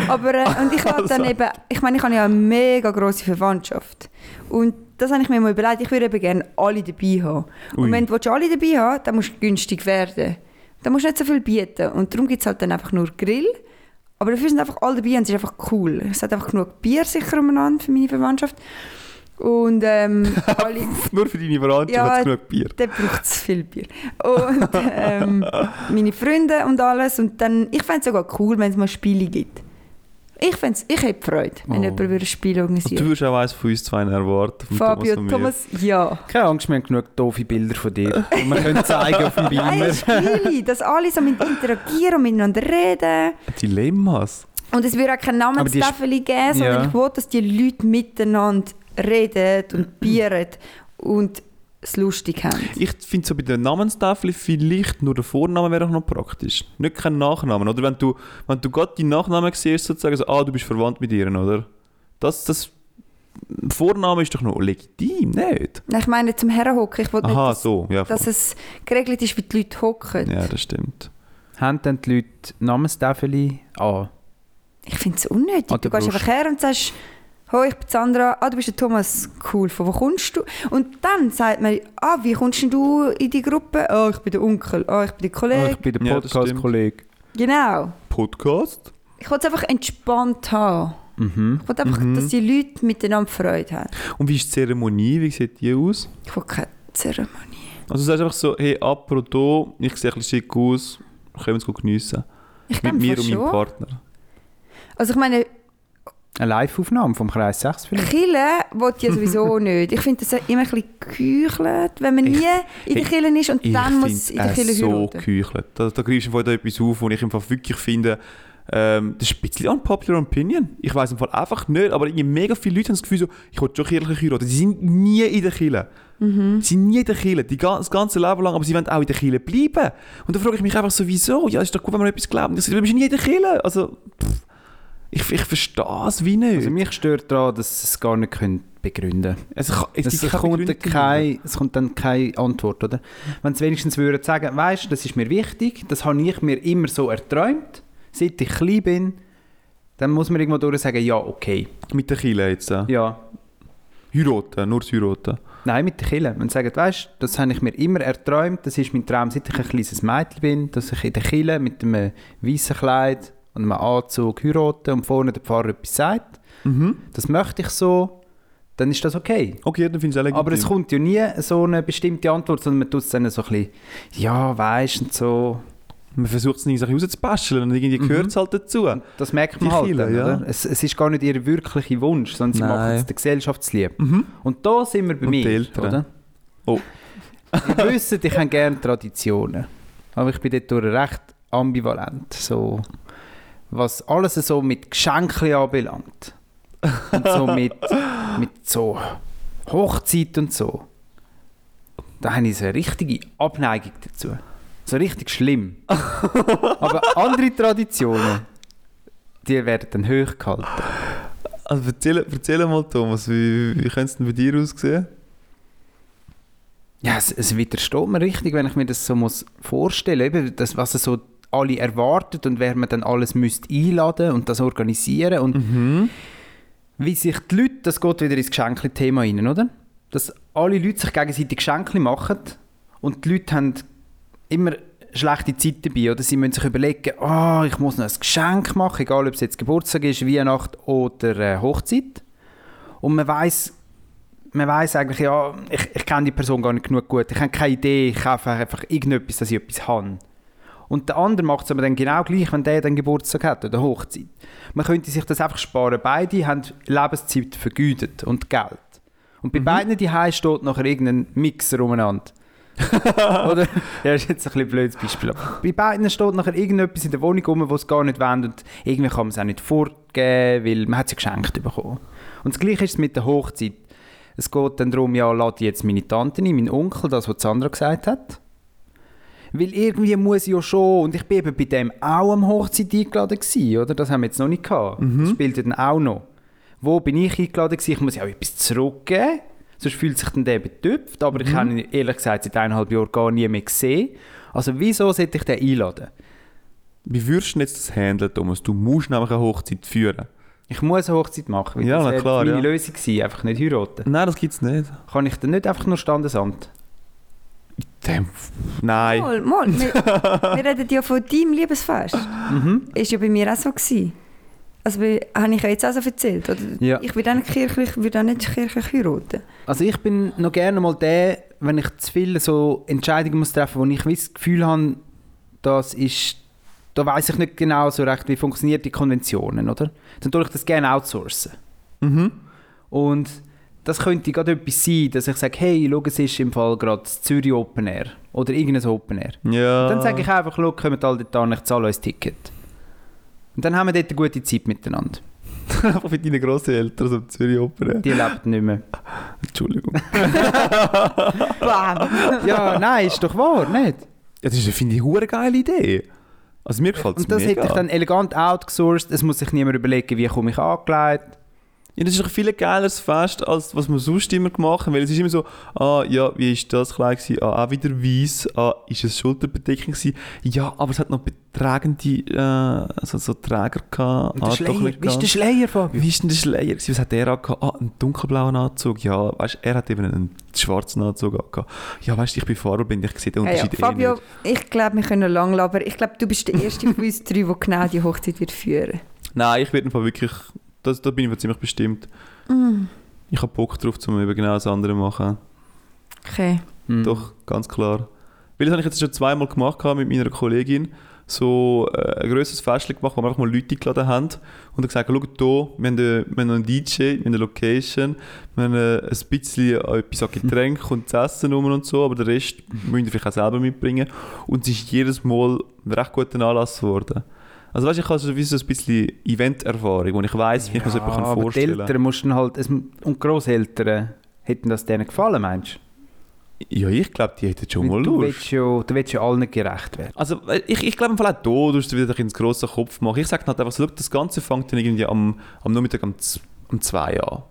S3: aber, äh, und ich lade dann eben, ich meine, ich habe ja eine mega grosse Verwandtschaft. Und das habe ich mir mal überlegt, ich würde eben gerne alle dabei haben.
S4: Ui.
S3: Und wenn du willst, alle dabei haben willst, dann musst du günstig werden. Dann musst du nicht so viel bieten. Und darum gibt es halt dann einfach nur Grill. Aber dafür sind einfach alle dabei und es ist einfach cool. Es hat einfach genug Bier sicher umeinander für meine Verwandtschaft. Und ähm, alle,
S4: Nur für deine Verwandtschaft
S3: Ja,
S4: hat es genug Bier.
S3: dann braucht es viel Bier. Und ähm, meine Freunde und alles. Und dann, ich fände es sogar cool, wenn es mal Spiele gibt. Ich, fänd's, ich hätte Freude, wenn
S5: Oh.
S3: jemand würde ein Spiel
S4: Also, du
S3: organisieren
S4: wirst auch eins von uns zwei erwarten. vom
S3: Fabio
S4: und
S3: und
S4: mir.
S3: Thomas, ja.
S5: Keine Angst, wir haben genug doofe Bilder von dir. Und wir können zeigen auf dem Beamer.
S3: Nein, Spiele, dass alle so mit interagieren und miteinander reden.
S4: Dilemmas.
S3: Und es würde auch keine
S5: Aber die Sp-
S3: Namenstafel geben, sondern
S5: Ja.
S3: ich will, dass die Leute miteinander reden und bieren und es lustig haben.
S4: Ich finde so bei der Namenstafel vielleicht nur der Vorname wäre auch noch praktisch. Nicht kein Nachnamen, oder? Wenn du, wenn du gerade deinen Nachnamen siehst, sozusagen, so, ah, du bist verwandt mit ihr, oder? Das, das Vorname ist doch noch legitim, nicht?
S3: Nein, ich meine zum Herrenhocken. Ich wollte nicht,
S4: Aha,
S3: dass,
S4: so. Ja, voll.
S3: dass es geregelt ist, wie die Leute hocken.
S4: ja, das stimmt.
S5: Haben dann die Leute Namenstafel an?
S3: Ich finde es unnötig.
S5: An
S4: Ah,
S3: du
S5: der
S3: gehst
S5: Brust.
S3: einfach her und sagst, «Hoi, ich bin Sandra. Ah, du bist der Thomas. Cool, von wo kommst du?» Und dann sagt man, «Ah, wie kommst denn du in die Gruppe?» «Ah, ich bin der Onkel. Ah, ich bin der
S5: Ah,
S3: Kollege.»
S5: ich bin der
S4: Ja, das
S5: Podcast-Kollege.
S3: Genau.
S4: Podcast?
S3: Ich wollte es einfach entspannt haben.
S5: Mhm.
S3: Ich wollte einfach, dass die Leute miteinander Freude haben.
S4: Und wie ist die Zeremonie? Wie sieht die aus?
S3: Ich wollte keine Zeremonie.
S4: Also du sagst einfach so, hey, apropos, ich sehe ein bisschen schick aus, können wir es gut geniessen.
S3: Ich
S4: Mit
S3: glaube
S4: mir
S3: fast
S4: und meinem
S3: schon.
S4: Partner.
S3: Also ich meine,
S5: Eine Live-Aufnahme vom Kreis 6 vielleicht.
S3: Kille will
S4: *laughs*
S3: ja sowieso nicht. Ich finde das immer ein bisschen geheuchelt, wenn man
S4: Ich-
S3: nie in der
S4: ich-
S3: Kille ist und
S4: Ich
S3: dann
S4: finde
S3: muss
S4: es
S3: in der Kille
S4: so
S3: heiraten.
S4: geheuchelt. Da, da greifst du vorhin da etwas auf, wo ich im Fall wirklich finde, ähm, das ist ein bisschen unpopular opinion. Ich weiß im Fall einfach nicht, aber irgendwie mega viele Leute haben das Gefühl so, ich will schon kirchlich heiraten. Sie sind nie in der Kirche.
S3: Mhm.
S4: Sie sind nie in der Kirche, die ga- das ganze Leben lang, aber sie wollen auch in der Kirche bleiben. Und da frage ich mich einfach so, wieso? Ja, ist doch gut, wenn man etwas glaubt. Ich sage, du bist nie in der Kirche. Also, pff, ich, ich verstehe es wie nicht.
S5: Also mich stört daran, dass sie es gar nicht können begründen können.
S4: es, kann- es
S5: Es,
S4: gibt keine
S5: kommt dann
S4: Begründung.
S5: keine, es kommt dann keine Antwort, oder? Wenn sie wenigstens würden sagen, weißt du, das ist mir wichtig, das habe ich mir immer so erträumt, seit ich klein bin, dann muss man irgendwo durch sagen, ja, okay.
S4: Mit der Kirche jetzt. äh.
S5: Ja,
S4: Heiraten, nur das Heiraten.
S5: Nein, mit den Killen. Man sagt, weißt du, das habe ich mir immer erträumt. Das ist mein Traum, seit ich ein kleines Mädchen bin, dass ich in der Kille mit einem weißen Kleid und einem Anzug heirate und vorne der Pfarrer etwas sagt.
S4: Mhm.
S5: Das möchte ich so, dann ist das okay.
S4: Okay, dann finde ich es auch legitim.
S5: Aber es kommt ja nie so eine bestimmte Antwort, sondern man tut es dann so ein bisschen, ja, weißt und so.
S4: Man versucht es nicht so rauszubasteln und irgendwie
S5: Mhm.
S4: gehört es halt dazu.
S5: Das merkt
S4: Die
S5: man halt.
S4: Kille,
S5: dann,
S4: ja.
S5: oder? Es, es ist gar nicht ihr wirklicher Wunsch, sondern sie
S4: Nein.
S5: machen es der Gesellschaftsliebe.
S4: Mhm.
S5: Und da sind wir bei
S4: Und die
S5: mir.
S4: Eltern.
S5: Oder?
S4: Oh.
S5: *laughs* Ihr wisst, ich habe gerne Traditionen. Aber ich bin dort durch recht ambivalent. So, was alles so mit Geschenken anbelangt. Und so mit, mit so Hochzeit und so. Da habe ich so eine richtige Abneigung dazu. So richtig schlimm. Aber andere Traditionen, die werden dann hochgehalten.
S4: Also erzähl, erzähl mal, Thomas, wie, wie könnte es denn bei dir aussehen?
S5: Ja, es, es widersteht mir richtig, wenn ich mir das so muss vorstellen eben das, was so alle erwartet und wer man dann alles müsste einladen und das organisieren und
S4: Mhm.
S5: wie sich die Leute, das geht wieder ins Geschenkli-Thema rein, oder? Dass alle Leute sich gegenseitig Geschenke machen und die Leute haben immer schlechte Zeit dabei, oder? Sie müssen sich überlegen, ah, ich muss noch ein Geschenk machen, egal ob es jetzt Geburtstag ist, Weihnacht oder äh, Hochzeit. Und man weiß man weiß eigentlich, ja, ich, ich kenne die Person gar nicht genug gut, ich habe keine Idee, ich kaufe einfach irgendetwas, dass ich etwas habe. Und der andere macht es aber dann genau gleich, wenn der dann Geburtstag hat oder Hochzeit. Man könnte sich das einfach sparen. Beide haben Lebenszeit vergütet und Geld. Und bei beiden die steht nachher irgendein Mixer umeinander. oder? Ja, ist jetzt ein bisschen ein blödes Beispiel. aber Bei beiden steht nachher irgendetwas in der Wohnung rum, was sie gar nicht wollen. Und irgendwie kann man es auch nicht vorgeben, weil man hat es ja geschenkt bekommen. Und das Gleiche ist es mit der Hochzeit. Es geht dann darum, ja, lade ich jetzt meine Tante ein, meinen Onkel, das, was Sandra gesagt hat. Weil irgendwie muss ich ja schon, und ich bin eben bei dem auch am Hochzeit eingeladen gewesen, oder? Das haben wir jetzt noch nicht gehabt.
S4: Mhm.
S5: Das spielt ja dann auch noch. Wo bin ich eingeladen gewesen? Ich muss ja auch etwas zurückgeben, sonst fühlt sich dann der betüpft, aber
S4: Mhm.
S5: ich habe ihn ehrlich gesagt seit eineinhalb Jahren gar nie mehr gesehen. Also wieso sollte ich den einladen?
S4: Wie würdest du denn jetzt das handeln, Thomas? Du musst nämlich eine Hochzeit führen.
S5: Ich muss eine Hochzeit machen, weil
S4: Ja, na
S5: das wäre jetzt
S4: klar,
S5: meine
S4: ja.
S5: Lösung gewesen, einfach nicht heiraten.
S4: Nein, das gibt es nicht.
S5: Kann ich dann nicht einfach nur Standesamt?
S4: Damn. Nein.
S3: Mal, mal.
S5: *laughs*
S3: Wir, wir reden ja von deinem Liebesfest.
S5: Mhm.
S3: Ist ja bei mir auch so gewesen. Also bei- habe ich ja jetzt auch so erzählt. Oder?
S5: Ja.
S3: Ich würde auch nicht kirchlich, würde auch nicht kirchlich heiraten.
S5: Also ich bin noch gerne mal der, wenn ich zu viele so Entscheidungen muss treffen, wo ich wie das Gefühl habe, das ist, da weiß ich nicht genau so recht, wie funktionieren die Konventionen, oder? Dann tue ich das gerne outsourcen.
S4: Mhm.
S5: Und das könnte gerade etwas sein, dass ich sage, hey, schau, es ist im Fall gerade das Zürich Open Air oder irgendein Open Air.
S4: Ja.
S5: Dann
S4: *laughs*
S5: sage ich einfach, schau, kommt alle dort an, ich zahle euch das Ticket. Und dann haben wir dort eine gute Zeit miteinander.
S4: einfach mit deinen Grosseltern so Zürich Opern.
S5: Die lebt nicht mehr.
S4: Entschuldigung.
S3: Bam!
S5: Ja, nein, ist doch wahr, nicht?
S4: Ja, das ist, finde ich, eine geile Idee. Also mir gefällt es
S5: Und das
S4: mega.
S5: hätte ich dann elegant outgesourced. Es muss sich niemand überlegen, wie komme ich angelegt.
S4: Ja, das ist doch ein viel geileres Fest, als was wir sonst immer gemacht haben, weil es ist immer so, ah, ja, wie ist das klein gewesen? Ah, auch wieder weiss. Ah, ist es Schulterbedeckung gewesen? Ja, aber es hat noch betragende, äh, so, so Träger gehabt. Ah,
S5: Und der Schleier, wie ist der Schleier, Fabio?
S4: Wie ist denn der Schleier? gewesen? Was hat er angehabt? Ah, einen dunkelblauen Anzug. Ja, weißt er hat eben einen schwarzen Anzug angehabt. Ja, weißt du, ich bin farbenblind, ich sehe den
S3: Ja, ja.
S4: Unterschied eh
S3: Fabio,
S4: nicht.
S3: ich glaube, wir können lang labern. Ich glaube, du bist der erste von uns drei, der genau die Hochzeit wird führen
S4: Nein, ich werde einfach wirklich, das, da bin ich mir ziemlich bestimmt. Ich habe Bock drauf, um eben genau das andere zu machen.
S3: Okay.
S5: Mhm.
S4: Doch, ganz klar. Weil das habe ich jetzt schon zweimal gemacht gehabt mit meiner Kollegin. So äh, ein grosses Fest gemacht, wo wir einfach mal Leute eingeladen haben und dann gesagt, schau hier, wir haben, äh, wir haben noch einen DJ, wir haben eine Location, wir haben äh, ein bisschen
S5: *laughs*
S4: an etwas an Getränk und zu essen rum und so, aber den Rest
S5: Mhm.
S4: müsst ihr vielleicht auch selber mitbringen. Und es ist jedes Mal ein recht guter Anlass geworden. Also weißt du, ich habe so wie so ein bisschen Event-Erfahrung, wo ich weiss, wie ich mir so etwas
S5: aber die
S4: vorstellen kann.
S5: Eltern mussten halt, es, und Grosseltern, hätten das denen gefallen, meinst
S4: Ja, ich glaube, die hätten
S5: Weil
S4: schon mal
S5: du?
S4: Lust.
S5: Willst ja, du willst ja allen gerecht werden.
S4: Also äh, ich, ich glaube im Fall auch da, du hast wieder dich ins grosse Kopf machen. Ich sage halt einfach, so, schau, das Ganze fängt dann irgendwie am, am Nachmittag um, z- um zwei an.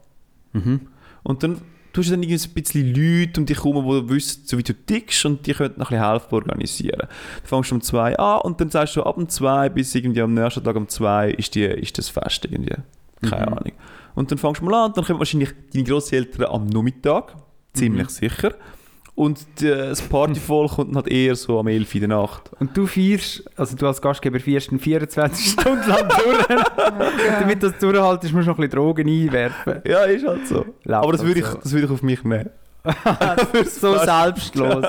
S4: Und dann tust du dann irgendwie so ein bisschen Leute um dich herum, die wissen, so wie du tickst und die können noch ein bisschen helfen bei organisieren. Dann fängst du um zwei an und dann sagst du ab um zwei bis irgendwie am nächsten Tag um zwei ist, die, ist das Fest irgendwie. Keine Ahnung. Und dann fängst du mal an und dann kommen wahrscheinlich deine Grosseltern am Nachmittag, ziemlich sicher. Und die, das Partyvolk kommt dann halt eher so am 11 Uhr in der Nacht.
S5: Und du feierst, also du als Gastgeber feierst einen 24
S4: *laughs*
S5: Stunden lang durch. Und damit du das durchhaltest, musst du noch ein bisschen Drogen einwerfen.
S4: Ja, ist halt so.
S5: Läuft
S4: Aber das
S5: halt
S4: würde ich,
S5: so.
S4: das würde ich auf mich nehmen.
S5: so selbstlos.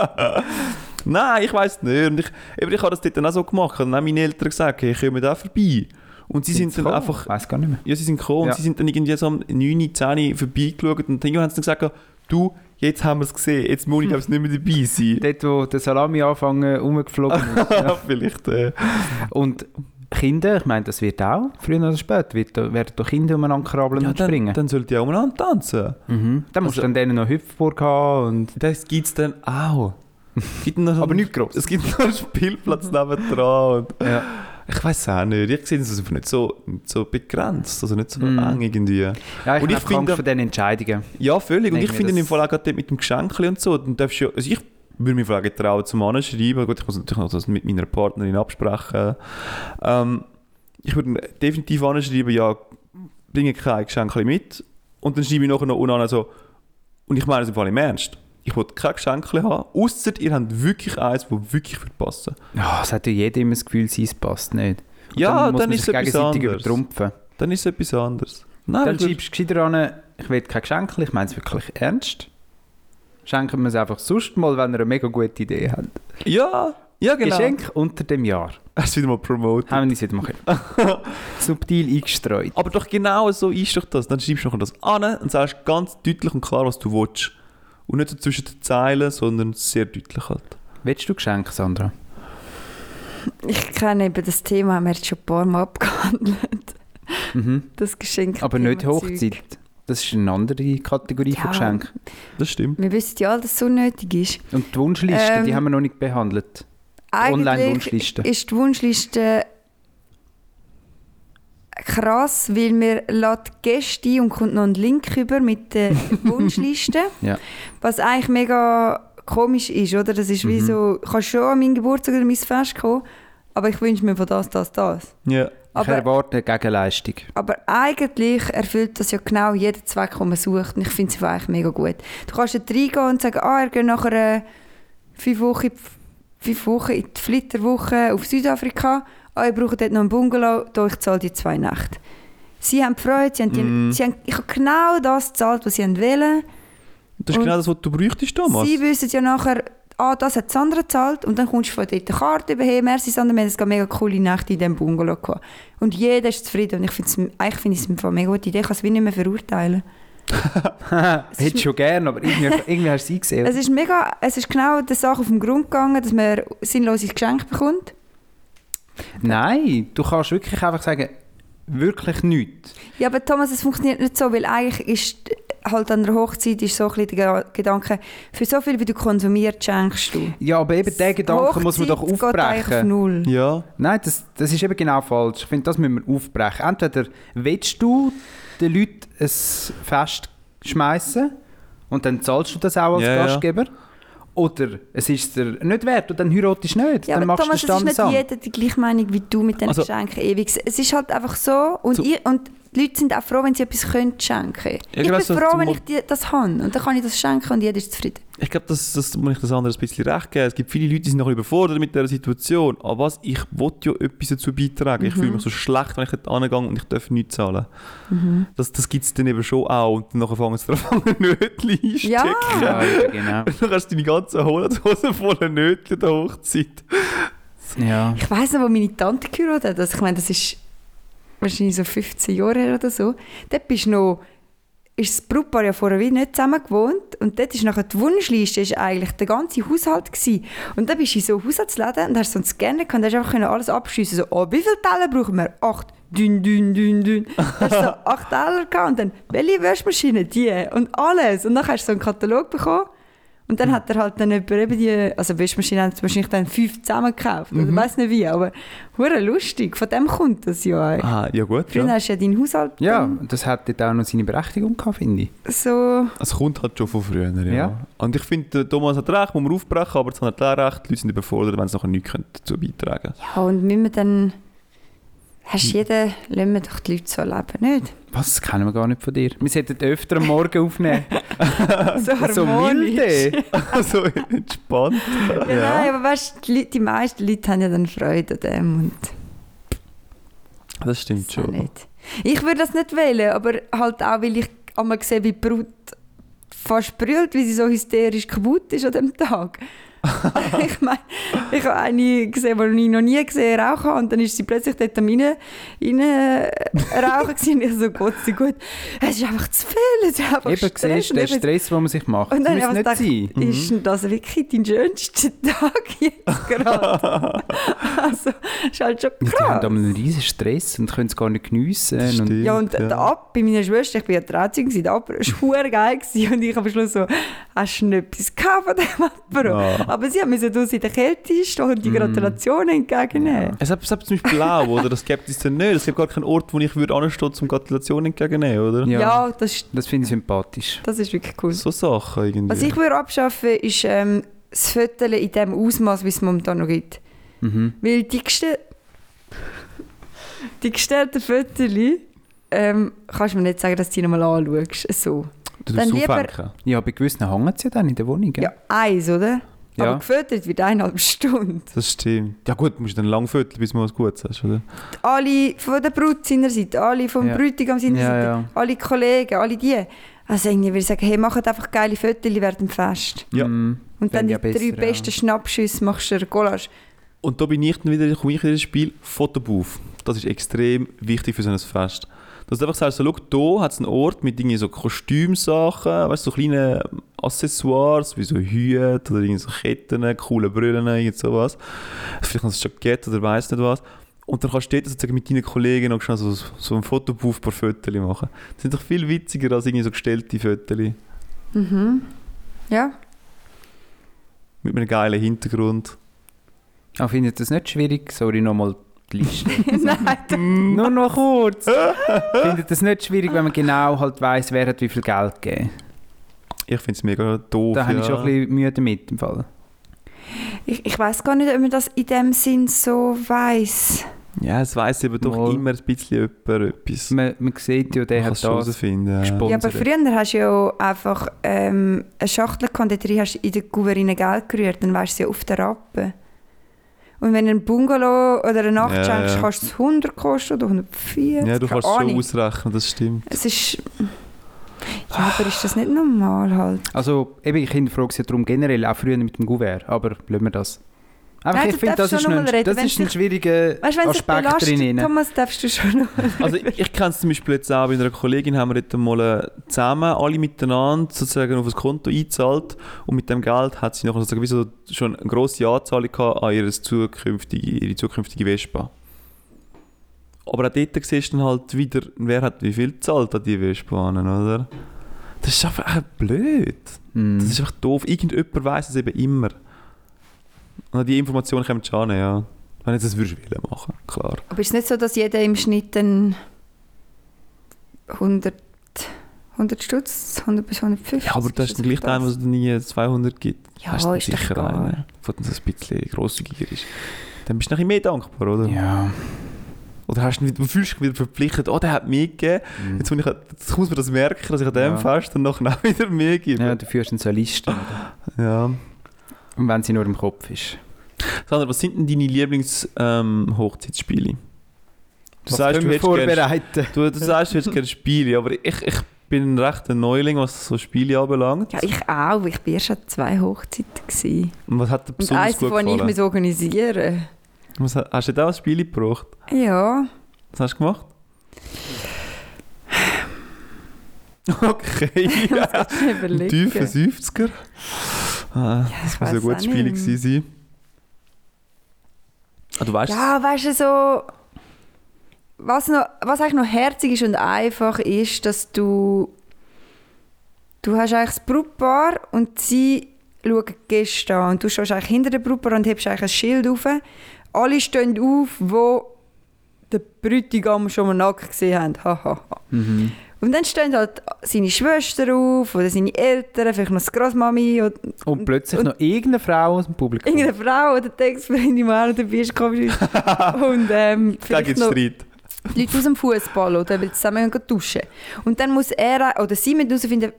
S4: Nein, ich weiß nicht. Und ich, eben, ich habe das dort dann auch so gemacht. Ich habe dann auch meinen Eltern gesagt, hey, kommen da vorbei. Und sie sind, dann einfach...
S5: Ich weiß gar nicht mehr.
S4: Ja, sie sind gekommen
S5: Ja.
S4: und sie sind dann irgendwie so um 9, 10 Uhr vorbeigeschaut und dann haben sie dann gesagt, du, jetzt haben wir es gesehen, jetzt
S5: *laughs*
S4: muss ich glaub's nicht mehr dabei sein.
S5: Dort, wo der Salami anfangen, rumgeflogen ist.
S4: Ja. *laughs* Vielleicht... Äh,
S5: Und Kinder, ich meine, das wird auch, früher oder später, wird, werden doch Kinder umeinander krabbeln
S4: ja,
S5: und springen.
S4: dann,
S5: Dann,
S4: dann sollen die auch umeinander tanzen.
S5: mhm. dann musst du dann denen noch Hüpfburg haben und...
S4: Das gibt es dann auch. Gibt noch
S5: Aber
S4: einen-
S5: nicht gross.
S4: Es gibt noch
S5: *laughs*
S4: einen Spielplatz nebendran. Und
S5: Ja.
S4: Ich weiß auch nicht. Ich sehe das einfach nicht so, nicht so begrenzt, also nicht so
S5: Mm.
S4: eng irgendwie.
S5: Ja, ich
S4: Und
S5: bin
S4: ich
S5: auch krank
S4: finde-
S5: von diesen Entscheidungen.
S4: Ja, völlig. Und
S5: Nein,
S4: ich
S5: mir
S4: finde
S5: das-
S4: im Fall auch gerade dort mit dem Geschenk und so, dann darfst du ja, also ich würde mich vielleicht trauen zum Anschreiben. Gut, ich muss natürlich noch das mit meiner Partnerin absprechen. Ähm, ich würde definitiv anschreiben, ja, bringe kein Geschenk mit. Und dann schreibe ich nachher noch unan so, und ich meine es im Fall im Ernst. Ich will kein Geschenk haben, außer ihr habt wirklich eins, das wirklich würde passen.
S5: Ja, es hat ja jeder immer das Gefühl, es passt nicht. Und
S4: Ja,
S5: muss
S4: dann
S5: man
S4: ist
S5: sich
S4: es etwas
S5: gegenseitig
S4: anderes.
S5: übertrumpfen.
S4: Dann ist es etwas anderes. Nein,
S5: Dann
S4: ich würd-
S5: schreibst du gescheiter an, ich will kein Geschenk, ich meine es wirklich ernst. Schenken wir es einfach sonst mal, wenn ihr eine mega gute Idee habt.
S4: Ja, ja genau.
S5: Geschenk unter dem Jahr.
S4: Hast du wieder mal promoted.
S5: Haben wir es
S4: *laughs*
S5: wieder machen. Subtil eingestreut.
S4: Aber doch genau so ist doch das. Dann schreibst du noch das an und sagst ganz deutlich und klar, was du willst. Und nicht so zwischen den Zeilen, sondern sehr deutlich halt.
S5: Willst du Geschenke, Sandra?
S3: Ich kenne eben das Thema, haben wir jetzt schon ein paar Mal abgehandelt.
S5: Mhm.
S3: Das Geschenk.
S5: Aber nicht
S3: Thema Zeug.
S5: Hochzeit. Das ist eine andere Kategorie von
S3: Ja.
S5: Geschenken.
S4: Das stimmt.
S3: Wir wissen ja, dass es unnötig ist.
S5: Und die Wunschliste,
S3: Ähm,
S5: die haben wir noch nicht behandelt. Die
S3: Eigentlich
S5: Online-Wunschliste.
S3: ist die Wunschliste krass, weil wir lädt Gäste ein und kommt noch einen Link über mit der Wunschliste.
S5: Ja.
S3: Was eigentlich mega komisch ist, oder? Das ist wie so, du kannst schon an meinen Geburtstag oder mein Fest kommen, aber ich wünsche mir von das, das, das.
S4: Ja.
S5: Ich
S3: Aber,
S5: erwarte
S3: *laughs*
S5: eine Gegenleistung. *laughs*
S3: aber eigentlich erfüllt das ja genau jeden Zweck, den man sucht. Und ich finde es eigentlich mega gut. Du kannst dort reingehen und sagen, ah, er geht nachher äh, fünf, Wochen, in die- fünf Wochen in die Flitterwoche auf Südafrika. Ah, ich brauche dort noch einen Bungalow, da ich zahle die zwei Nächte. Sie haben gefreut, sie haben, die,
S4: Mm.
S3: sie haben, ich habe genau das gezahlt, was sie haben wollen.
S4: Das ist
S3: Und
S4: genau das, was du bräuchtest, Thomas.
S3: Sie wissen ja nachher, ah, das hat Sandra gezahlt und dann kommst du von dort eine Karte über, hey, merci Sandra, wir haben jetzt gerade mega coole Nacht in diesem Bungalow gehabt. Und jeder ist zufrieden und ich finde es eigentlich finde ich es im Fall eine mega gute Idee, ich kann es wie nicht mehr verurteilen.
S5: Hättest schon gern,
S3: *laughs*
S5: aber irgendwie, irgendwie hast du es eingesehen.
S3: Es ist mega, es ist genau der Sache auf den Grund gegangen, dass man sinnlose Geschenke bekommt.
S5: Nein, du kannst wirklich einfach sagen, wirklich nichts.
S3: Ja, aber Thomas, es funktioniert nicht so, weil eigentlich ist halt an der Hochzeit ist so ein bisschen der Ge- Gedanke, für so viel, wie du konsumierst, schenkst du.
S5: Ja, aber eben diesen Gedanken muss man doch
S3: Hochzeit geht eigentlich auf
S5: aufbrechen.
S3: null.
S4: Ja.
S5: Nein, das, das ist eben genau falsch. Ich finde, das müssen wir aufbrechen. Entweder willst du den Leuten ein Fest schmeißen und dann zahlst du das auch als
S4: Ja, ja.
S5: Gastgeber. Oder es ist dir nicht wert und dann heiratest du nicht.
S3: Ja,
S5: dann
S3: aber
S5: machst
S3: Thomas, es
S5: du
S3: ist
S5: den
S3: nicht
S5: Standesamt.
S3: jeder die gleiche Meinung wie du mit diesen
S4: Also-
S3: Geschenken ewig. Es ist halt einfach so und,
S4: Zu-
S3: ihr, und die Leute sind auch froh, wenn sie etwas können schenken
S4: Ja,
S3: Ich
S4: genau,
S3: bin
S4: so
S3: froh,
S4: zum
S3: wenn
S4: Mo-
S3: ich die, das habe und dann kann ich das schenken und jeder ist zufrieden.
S4: Ich glaube, das, das muss ich das andere ein bisschen recht geben. Es gibt viele Leute, die sind noch ein bisschen überfordert mit dieser Situation. Aber was, ich will ja etwas dazu beitragen. Ich fühle mich so schlecht, wenn ich dort angehe und ich darf nichts zahlen. Das, das gibt es dann eben schon auch. Und dann nachher fangen sie drauf an, *laughs* Nötchen einstecken.
S3: Ja.
S5: Ja, eben, genau.
S4: *laughs* Dann kannst du deine ganzen Holzhosen voller Nötchen der Hochzeit.
S5: Ja.
S3: Ich weiss noch, wo meine Tante geheiratet hat. Also ich meine, das ist wahrscheinlich so 15 Jahre her oder so. Dort bist du noch ist das Brautpaar ja vorher wie nicht zusammen gewohnt und dort ist nachher die Wunschliste ist eigentlich der ganze Haushalt gewesen. und dann bist du in so Haushaltsläden und hast so einen Scanner gehabt und hast einfach können alles abschiessen so oh, wie viele Teller brauchen wir? Acht. Dünn, dünn, dünn, dünn. hast so acht Teller gehabt und dann welche Waschmaschine? Die und alles und dann hast du so einen Katalog bekommen und dann hat er halt dann jemand eben die, also Waschmaschine haben sie wahrscheinlich dann fünf zusammen gekauft ich weiß nicht wie, aber hure lustig, von dem kommt das ja eigentlich.
S4: Ah, ja gut.
S3: Früher
S4: Ja.
S3: hast du ja deinen Haushalt
S5: ja,
S3: dann
S5: das hat dort auch noch seine Berechtigung gehabt, finde ich.
S3: so
S4: Es kommt halt schon von früher, ja.
S5: Ja.
S4: Und ich finde, Thomas hat recht, muss man aufbrechen, aber es hat er auch recht, die Leute sind überfordert, wenn sie nachher nichts können dazu beitragen können.
S3: Ja, und müssen wir dann. Hast jeden, lassen wir doch die Leute so leben, nicht?
S5: Was, das kennen wir gar nicht von dir. Wir sollten öfter am
S3: *laughs*
S5: Morgen aufnehmen. so milde.
S4: *laughs* Also entspannt.
S3: Ja, Nein, aber weißt du, die, Leute- die meisten Leute haben ja dann Freude an dem und
S4: Das stimmt
S3: so
S4: schon.
S3: nicht. Ich würde das nicht wählen, aber halt auch, weil ich einmal sehe, wie die Brut fast brüllt, wie sie so hysterisch kaputt ist an dem
S5: *laughs*
S3: Tag. ich meine, ich habe eine gesehen, die ich noch nie gesehen habe, rauchen und dann ist sie plötzlich dort am rein, rein äh,
S5: *laughs*
S3: rauchen gewesen. und ich so, Gott sei gut, es ist einfach zu viel, es ist einfach
S5: Eben, siehst du,
S3: und
S5: der
S3: eben-
S5: Stress, den man sich macht.
S3: Und
S5: Das
S3: dann
S5: muss
S3: habe ich
S5: nicht
S3: gedacht,
S5: sein. Mhm.
S3: ist denn das wirklich dein schönster Tag
S5: *laughs*
S3: jetzt gerade? also, ist halt schon
S5: Die haben
S3: krass.
S5: einen riesen Stress und können es gar nicht
S4: Das
S5: geniessen. Und
S4: stimmt,
S3: Ja, und der Ab, bei meiner Schwester, ich war ja 13, gewesen, der Ab war verdammt geil gewesen, und ich am Schluss so, hast du noch etwas gehabt von dem Apero?
S4: Ja.
S3: Aber sie mussten uns in der Kälte stehen und die Gratulationen entgegennehmen.
S4: Es gibt, es gibt zum Beispiel auch, oder? Das gibt es dann nicht. Es gibt gar keinen Ort, wo ich würde anstehen, um Gratulation entgegennehmen, oder?
S5: Ja.
S3: Ja, das, ist-
S5: Das finde ich sympathisch.
S3: das ist wirklich cool.
S4: So Sachen irgendwie.
S3: Was ich würde abschaffen, ist ähm, das Föteln in dem Ausmaß, wie es momentan noch gibt.
S5: Mhm.
S3: Weil die, gestell die gestellten Fotos ähm, kannst du mir nicht sagen, dass du die nochmal anschaust. So.
S4: du
S3: dann
S4: darfst
S3: lieber-
S4: aufhängen.
S5: Ja, bei gewissen hängen sie ja dann in der Wohnung. gell?
S3: Ja, eins, oder?
S5: Ja.
S3: Aber gefüttert wird eineinhalb Stunden.
S4: Das stimmt. Ja gut, du musst dann lang vierteln, bis du mal was Gutes hast, oder?
S3: Alle von der Brut seiner Seite, alle vom
S5: Ja.
S3: Bräutigam seiner
S5: Ja,
S3: Seite,
S5: ja.
S3: alle Kollegen, alle die. Also irgendwie würde ich sagen, hey, macht einfach geile Fotos während dem Fest.
S4: Ja.
S5: Mhm.
S3: Und dann die
S5: Fände ich ja
S3: drei
S5: besser, ja.
S3: besten Schnappschüsse machst du eine Collage.
S4: Und da bin ich dann wieder, komme ich wieder ins Spiel, Fotobooth. Das ist extrem wichtig für so ein Fest. Dass du einfach sagst, so, schau, hier hat es einen Ort mit irgendwie so Kostümsachen, weißt du, so kleinen Accessoires, wie so Hüte oder irgendwie so Ketten, coole Brillen, irgend sowas. Vielleicht noch ein Jackett oder weiss nicht was. Und dann kannst du dort sozusagen mit deinen Kollegen noch schnell so, so ein Fotobooth ein paar Fotos machen. Das sind doch viel witziger als irgendwie so gestellte Fotos.
S3: Mhm. Ja.
S4: Mit einem geilen Hintergrund.
S5: Aber findet das nicht schwierig? Sorry, nochmal die Liste.
S3: *laughs*
S5: Mhm.
S3: Nein,
S5: Nur noch
S4: *laughs*
S5: kurz. findet das nicht schwierig, wenn man genau halt weiss, wer hat wie viel Geld gegeben.
S4: Ich finde es mega doof.
S5: Da habe ich
S4: ja.
S5: schon ein bisschen Mühe damit im Fall.
S3: ich, ich weiß gar nicht, ob man das in dem Sinn so weiß.
S4: Ja, es weiss eben doch
S5: Mal.
S4: immer ein bisschen jemand etwas.
S5: Man, man sieht ja, der
S4: Man kann es
S5: hat
S4: schon
S5: das
S4: herausfinden. ja.
S3: Ja, aber
S5: gesponsert.
S3: früher hast du ja einfach ähm, eine Schachtel gehabt, dort drin hast du in der Gouverne Geld gerührt, dann wärst du ja auf der Rappe. Und wenn ein Bungalow oder eine Nacht
S4: Ja,
S3: schenkst,
S4: ja.
S3: kannst du es 100 kosten oder 140,
S4: Ja,
S3: keine
S4: du kannst es schon
S3: Ahnung.
S4: ausrechnen, das stimmt.
S3: Es ist... Ja, aber ist das nicht normal halt?
S5: Also, eben, ich hinterfrage es ja darum generell, auch früher mit dem Gouverne, aber lassen wir das. Einfach,
S3: Nein,
S5: ich
S3: du
S5: finde, das
S3: darfst
S5: ist
S3: schon
S5: ein,
S3: noch mal reden,
S5: das
S3: wenn
S5: ist ein
S3: sich-
S5: schwieriger
S3: Weißt du, wenn es dich
S5: Aspekt
S3: belastet,
S5: drin. ne?
S3: Thomas, darfst du schon noch...
S4: *laughs* Also ich, ich kenne es zum Beispiel jetzt auch, bei einer Kollegin haben wir dort mal äh, zusammen alle miteinander sozusagen auf das Konto eingezahlt und mit dem Geld hat sie nachher sozusagen wie so schon eine grosse Anzahlung gehabt an ihre zukünftige, ihre zukünftige Vespa. Aber auch dort siehst du dann halt wieder, wer hat wie viel gezahlt an die Vespa, oder? Das ist einfach echt blöd.
S5: Mhm.
S4: Das ist einfach doof. Irgendjemand weiß es eben immer. Und die Information kommt schon an, ja. Wenn jetzt das würdest du wollen machen, klar.
S3: Aber ist es nicht so, dass jeder im Schnitt dann 100, 100 Stutz, 100 bis 150.
S4: Ja, aber das ist dann gleich der, was es nie 200 gibt.
S3: Ja,
S4: Hast du
S3: ist doch
S4: sicher
S3: egal.
S4: einen, der dann so ein bisschen grosszügiger ist. Dann bist du nachher mehr dankbar, oder?
S5: Ja.
S4: Oder hast du, du fühlst dich wieder verpflichtet, oh, der hat mir gegeben. Jetzt, muss ich, halt, jetzt muss man das merken, dass ich an dem
S5: Ja.
S4: Fest dann nachher auch *laughs* wieder mehr gebe.
S5: Ja, du führst dann so eine Liste.
S4: ja.
S5: Und wenn sie nur im Kopf ist.
S4: Sandra, was sind denn deine Lieblings-Hochzeitsspiele? du
S5: Was
S4: sagst,
S5: können
S4: du
S5: wir
S4: hättest gerne,
S5: vorbereiten?
S4: du, du sagst, du hättest gerne Spiele, aber ich, ich bin recht ein Neuling, was so Spiele anbelangt.
S3: Ja, ich auch. Ich war schon an zwei Hochzeiten. Gewesen.
S4: Und was hat dir
S3: Und
S4: besonders
S3: eins,
S4: gut
S3: das ich
S4: gefallen?
S3: muss organisieren
S4: was, hat- hast du da was Spiele gebraucht? *laughs*
S3: Ja, *laughs*
S4: Was hast du gemacht? Okay,
S3: *laughs*
S4: ja.
S3: ich überlege.
S4: tiefe 50er. Ah,
S3: Ja,
S4: das
S3: ich
S4: muss ein
S3: weiss
S4: gutes
S3: auch
S4: Spiel
S3: nicht.
S4: gewesen sein. Ah, du weißt
S3: Ja, weißt du, so. Was, noch, was eigentlich noch herzig ist und einfach ist, dass du. Du hast eigentlich das Brautpaar und sie schauen die Gäste an. Und du stehst eigentlich hinter dem Brautpaar und hebst eigentlich ein Schild auf. Alle stehen auf, wo den Bräutigam schon mal nackt gesehen haben. Ha, ha, ha. Und dann stehen halt seine Schwester auf oder seine Eltern, vielleicht noch die Großmami oder
S5: Und plötzlich noch irgendeine Frau aus dem Publikum.
S3: irgendeine Frau oder Textfreundin mal oder bist komisch. und ähm,
S4: Da
S3: vielleicht
S4: gibt es
S3: noch
S4: Streit.
S3: die Leute aus dem Fußball oder weil sie zusammen gehen duschen. Und dann muss er oder sie mit herausfinden,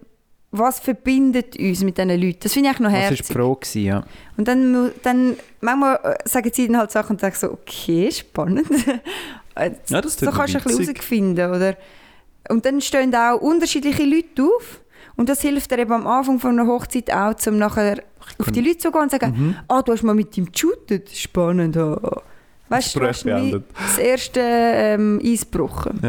S3: was verbindet uns mit diesen Leuten. Das finde ich eigentlich noch
S5: Das war
S3: herzig.
S5: die Frage, gewesen, ja.
S3: Und dann, mu- dann manchmal äh, sagen sie dann halt Sachen und sagen so, okay, spannend. *laughs* Äh,
S4: Ja, das
S3: so
S4: tut mir
S3: kannst du ein bisschen
S4: witzig.
S3: herausfinden, oder? Und dann stehen da auch unterschiedliche Leute auf. Und das hilft dir eben am Anfang von einer Hochzeit auch, um nachher auf die Leute zu gehen und zu
S4: Mhm.
S3: sagen, ah, du hast mal mit ihm geshootet, spannend. Oh. Weißt du, du
S4: Gespräch
S3: hast wie
S4: beendet.
S3: das erste ähm, Eis gebrochen.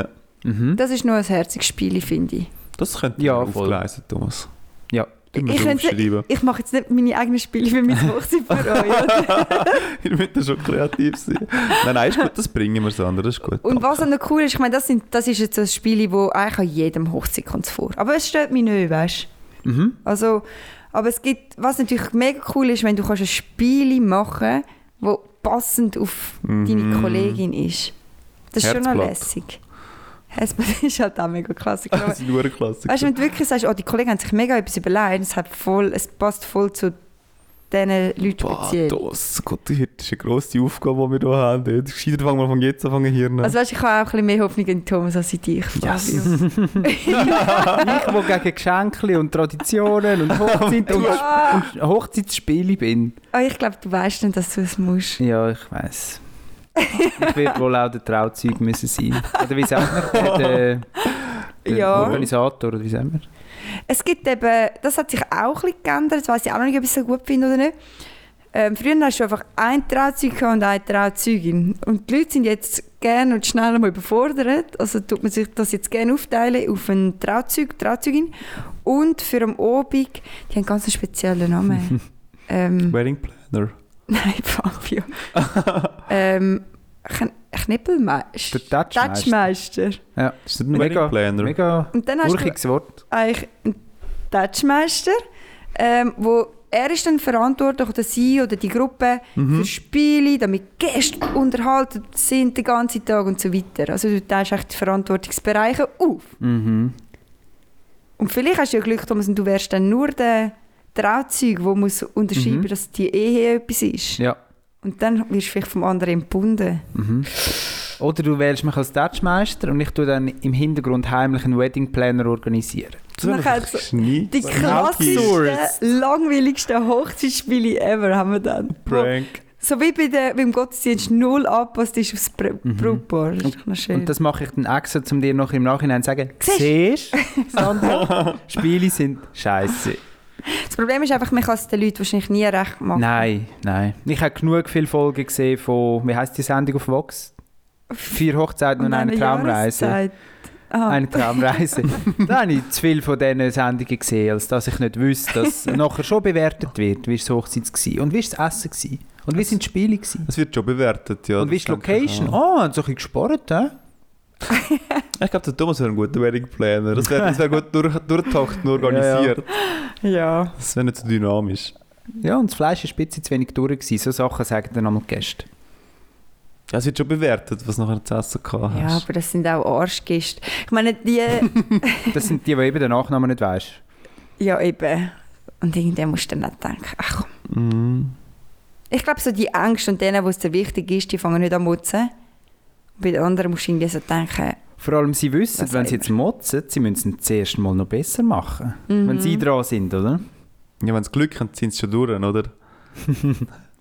S5: Mhm.
S3: Das ist noch ein herziges Spiel, finde ich.
S4: Das könnte
S5: Ja,
S4: ja, man
S5: voll.
S4: aufgleisen, Thomas.
S5: Ja.
S4: Immer
S3: Ich
S4: so
S3: könnte-
S4: aufschreiben. *laughs*
S3: Ich mache jetzt nicht meine eigenen Spiele für meine Hochzeit für euch. oder?
S4: Ihr müsst ja schon kreativ sein. Nein, nein, ist gut, das bringen wir so das ist gut.
S3: Und was auch noch cool ist, ich meine, das, sind, das ist jetzt so ein Spiel, wo eigentlich an jedem Hochzeit kommt es vor. Aber es stört mich nicht, weißt
S5: Mhm.
S3: Also, aber es gibt, was natürlich mega cool ist, wenn du kannst ein Spiel machen wo passend auf deine
S4: Mhm.
S3: Kollegin ist. Das ist schon noch
S4: Herzblatt.
S3: lässig. Herzblatt *laughs* ist halt auch mega klassisch.
S4: *laughs* Das ist nur eine Klassiker.
S3: Weißt du, wenn du wirklich sagst, oh, die Kollegen haben sich mega etwas überlegt, es, hat voll, es passt voll zu diesen Leuten
S4: Boah,
S3: speziell.
S4: das, Gott, das ist eine grosse Aufgabe, die wir hier haben. Jetzt Gescheiter fangen wir von jetzt an, fangen hier an.
S3: Also weißt, du, ich habe auch ein bisschen mehr Hoffnung in Thomas als in dich. Fabio.
S5: *laughs* Ich, wo gegen Geschenke und
S3: *laughs*
S5: Traditionen und, Hochzeit und,
S3: Ja.
S5: und Hochzeitsspiele bin.
S3: Ah, ich glaube, du weißt dann, dass du es musst.
S5: Ja, ich weiß. Ich werde wohl auch der Trauzeug müssen sein. Oder wie sagt man? Der, der
S3: Ja.
S5: Organisator oder wie sagt man?
S3: Es gibt eben, das hat sich auch ein bisschen geändert, das weiss ich auch noch nicht, ob ich es so gut finde oder nicht. Ähm, früher hast du einfach ein Trauzeug gehabt und eine Trauzeugin. Und die Leute sind jetzt gerne und schnell mal überfordert. Also tut man sich das jetzt gerne aufteilen auf ein Trauzeug, Trauzeugin. Und für am Obig, die haben ganz einen speziellen Namen. ähm,
S4: Wedding Planner.
S3: *laughs* nein, Fabio. ähm, Kn Knippelmeister.
S5: Der Tatschmeister.
S3: Tatschmeister.
S4: Ist das ein
S5: Mega,
S4: Wedding Planner?
S5: Mega
S3: Und dann hast du
S5: urchiges Wort.
S3: eigentlich ein Touchmeister, ähm, wo er ist dann verantwortlich oder sie oder die Gruppe
S5: Mhm.
S3: für Spiele, damit Gäste unterhalten sind den ganzen Tag und so weiter. Also du teilst eigentlich die Verantwortungsbereiche auf.
S5: Mhm.
S3: Und vielleicht hast du ja Glück, Thomas, und du wärst dann nur der Trauzeug, der muss unterschreiben,
S5: Mhm.
S3: dass die Ehe etwas ist.
S5: Ja.
S3: Und dann wirst du vielleicht vom anderen entbunden.
S5: Mhm. Oder du wählst mich als Tatschmeister und ich tue dann im Hintergrund heimlich einen Wedding Planner organisieren.
S4: So eine
S3: Nachher so-
S4: Schneid-
S3: Die klassischsten, langweiligsten Hochzeitsspiele ever haben wir dann.
S4: Prank.
S3: So wie bei der, beim Gottesdienst null angepasst ist aufs Br
S4: Mhm.
S3: Brautpaar. Das ist noch schön.
S5: Und das mache ich dann extra, um dir noch im Nachhinein zu sagen,
S3: Siehst
S5: siehst
S4: *laughs*
S5: Sandra, Spiele sind scheiße.
S3: *laughs* das Problem ist einfach, man kann es den Leuten wahrscheinlich nie recht machen.
S5: Nein, nein. Ich habe genug viele Folgen gesehen von, wie heißt die Sendung auf Vox? Vier Hochzeiten und, eine Traumreise.
S3: Jahreszeit. Ah.
S5: *laughs* Eine
S4: *laughs*
S5: Traumreise. da habe ich zu viel von diesen Sendungen gesehen, als dass ich nicht wüsste,
S4: *laughs*
S5: dass nachher schon bewertet wird, wie es Hochzeit war und wie es das Essen war und wie sind die Spiele gewesen.
S4: Es wird schon bewertet, ja.
S5: und wie
S4: das
S5: ist die
S4: denke ich
S5: Location?
S4: auch.
S5: Ah, oh, haben sie ein bisschen gespart, hä?
S4: Ich glaube, der Thomas wäre ein guter Wedding Planner. Das wäre das wär gut durch, durchdacht
S5: *laughs*
S4: und organisiert.
S3: Ja.
S4: Das wäre nicht so dynamisch.
S5: Ja, und das Fleisch war spitze zu wenig durch. Gewesen. So Sachen sagen dann einmal die Gäste.
S4: Ja, es wird schon bewertet, was du nachher zu essen gehabt
S3: Ja,
S4: hast.
S3: aber das sind auch Arschgäste. Ich meine, die.
S5: *laughs* Das sind die, die eben den Nachnamen nicht weisst.
S3: ja, eben. Und irgendwann musst du dann nicht denken, ach komm.
S4: Mhm.
S3: Ich glaube, so die Ängste und denen, wo es dir wichtig ist, die fangen nicht an mutzen. Bei den anderen musst du irgendwie so denken,
S5: Vor allem, sie wissen,
S3: Das
S5: wenn
S3: sagt
S5: sie jetzt motzen, sie müssen es zum ersten Mal noch besser machen.
S3: Mhm.
S5: Wenn sie dran sind, oder?
S4: Ja, wenn sie Glück haben, sind sie schon durch, oder?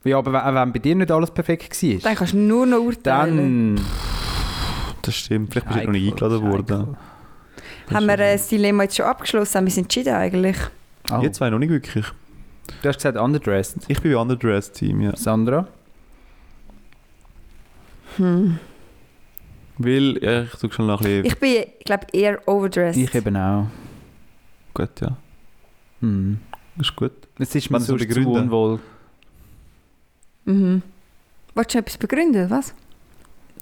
S5: Ja, aber wenn, wenn bei dir nicht alles perfekt
S3: dann
S5: war,
S3: kannst du nur noch urteilen.
S5: dann...
S4: Das stimmt. Vielleicht bist du noch nicht eingeladen worden.
S3: haben wir äh, das Dilemma jetzt schon abgeschlossen, haben wir sind entschieden eigentlich.
S5: Oh.
S4: Jetzt zwei noch nicht wirklich.
S5: Du hast gesagt underdressed.
S4: Ich bin im Underdress-Team, ja.
S5: Sandra?
S3: Hm.
S4: Weil ja, ich suche schon noch ein bisschen.
S3: Ich bin, ich glaube, eher overdressed.
S5: Ich eben auch.
S4: gut, ja.
S5: Hm.
S4: Ist gut.
S5: Es ist mir
S4: Wenn du
S5: so
S4: die Gründe-
S5: zu unwohl.
S3: Mhm. Wolltest du etwas begründen, was?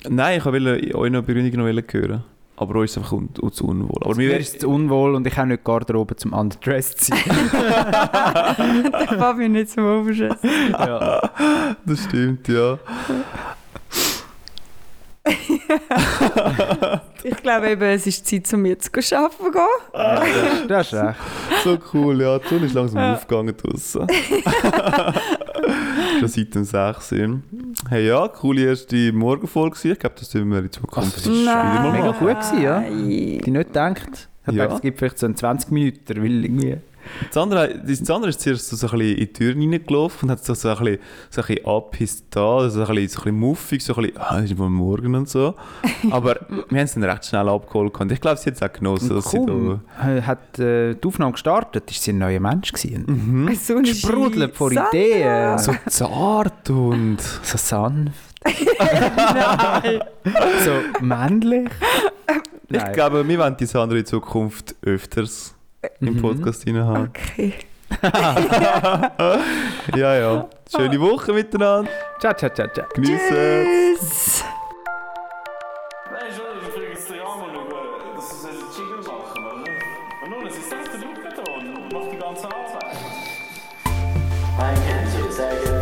S3: *laughs*
S4: Nein, ich wollte euch noch Begründung noch hören. Aber euch ist es einfach un un zu unwohl. Aber
S5: mir
S4: mir wäre
S5: ist es zu unwohl und ich habe nicht Garderobe zum underdressed zu
S4: *laughs*
S5: sein.
S3: Der Fabian nicht zum Overdress.
S4: Das stimmt, ja.
S3: Ich glaube eben, es ist Zeit, um jetzt zu arbeiten zu gehen.
S5: du hast recht.
S4: So cool, ja. Die Sonne ist langsam
S3: Ja.
S4: aufgegangen draussen. Schon seit dem 6. Uhr. Hey ja, coole erste Morgenfolge. gewesen. Ich glaube, das tun wir in Zukunft.
S5: Also, ist wieder mal mega gut gewesen, ja?
S3: Nein.
S5: Die nicht denkt. Ich
S4: Ja.
S5: ja. dachte, es gibt vielleicht so einen 20 Minuten, weil irgendwie...
S4: Sandra, die Sandra ist zuerst so ein bisschen in die Tür reingelaufen und hat so, so ein bisschen, so ein bisschen abhisst da, also so ein bisschen, so ein bisschen muffig, so ein bisschen, ah, das ist wohl morgen
S5: *laughs*
S4: und so. Aber wir haben es dann recht schnell abgeholt und ich glaube, sie hat es auch genossen, dass sie da...
S5: Kaum hat äh, die Aufnahme gestartet, ist sie ein neuer Mensch gewesen.
S4: Mhm.
S3: So eine
S5: Hm? Sprudelt vor
S3: Sand-
S5: Ideen.
S4: So zart und...
S5: so sanft.
S3: *laughs*
S5: *laughs*
S3: Nein.
S5: so männlich.
S4: Ich
S5: Nein.
S4: glaube, wir wollen die Sandra in Zukunft öfters im
S5: Mhm.
S4: Podcast reinhaben.
S3: Okay.
S4: ja, ja.
S5: Ah.
S4: Schöne Woche miteinander.
S5: Ciao, ciao, ciao, ciao.
S4: Geniessen.
S3: Tschüss.
S1: Nein, schon, ich kriege es dir an, wenn du äh, das ist ein Jingle machen, oder? ne? Und nun, es ist selbst der Lukaton und macht die ganze Arbeit.
S2: I can't say it's again.
S1: halt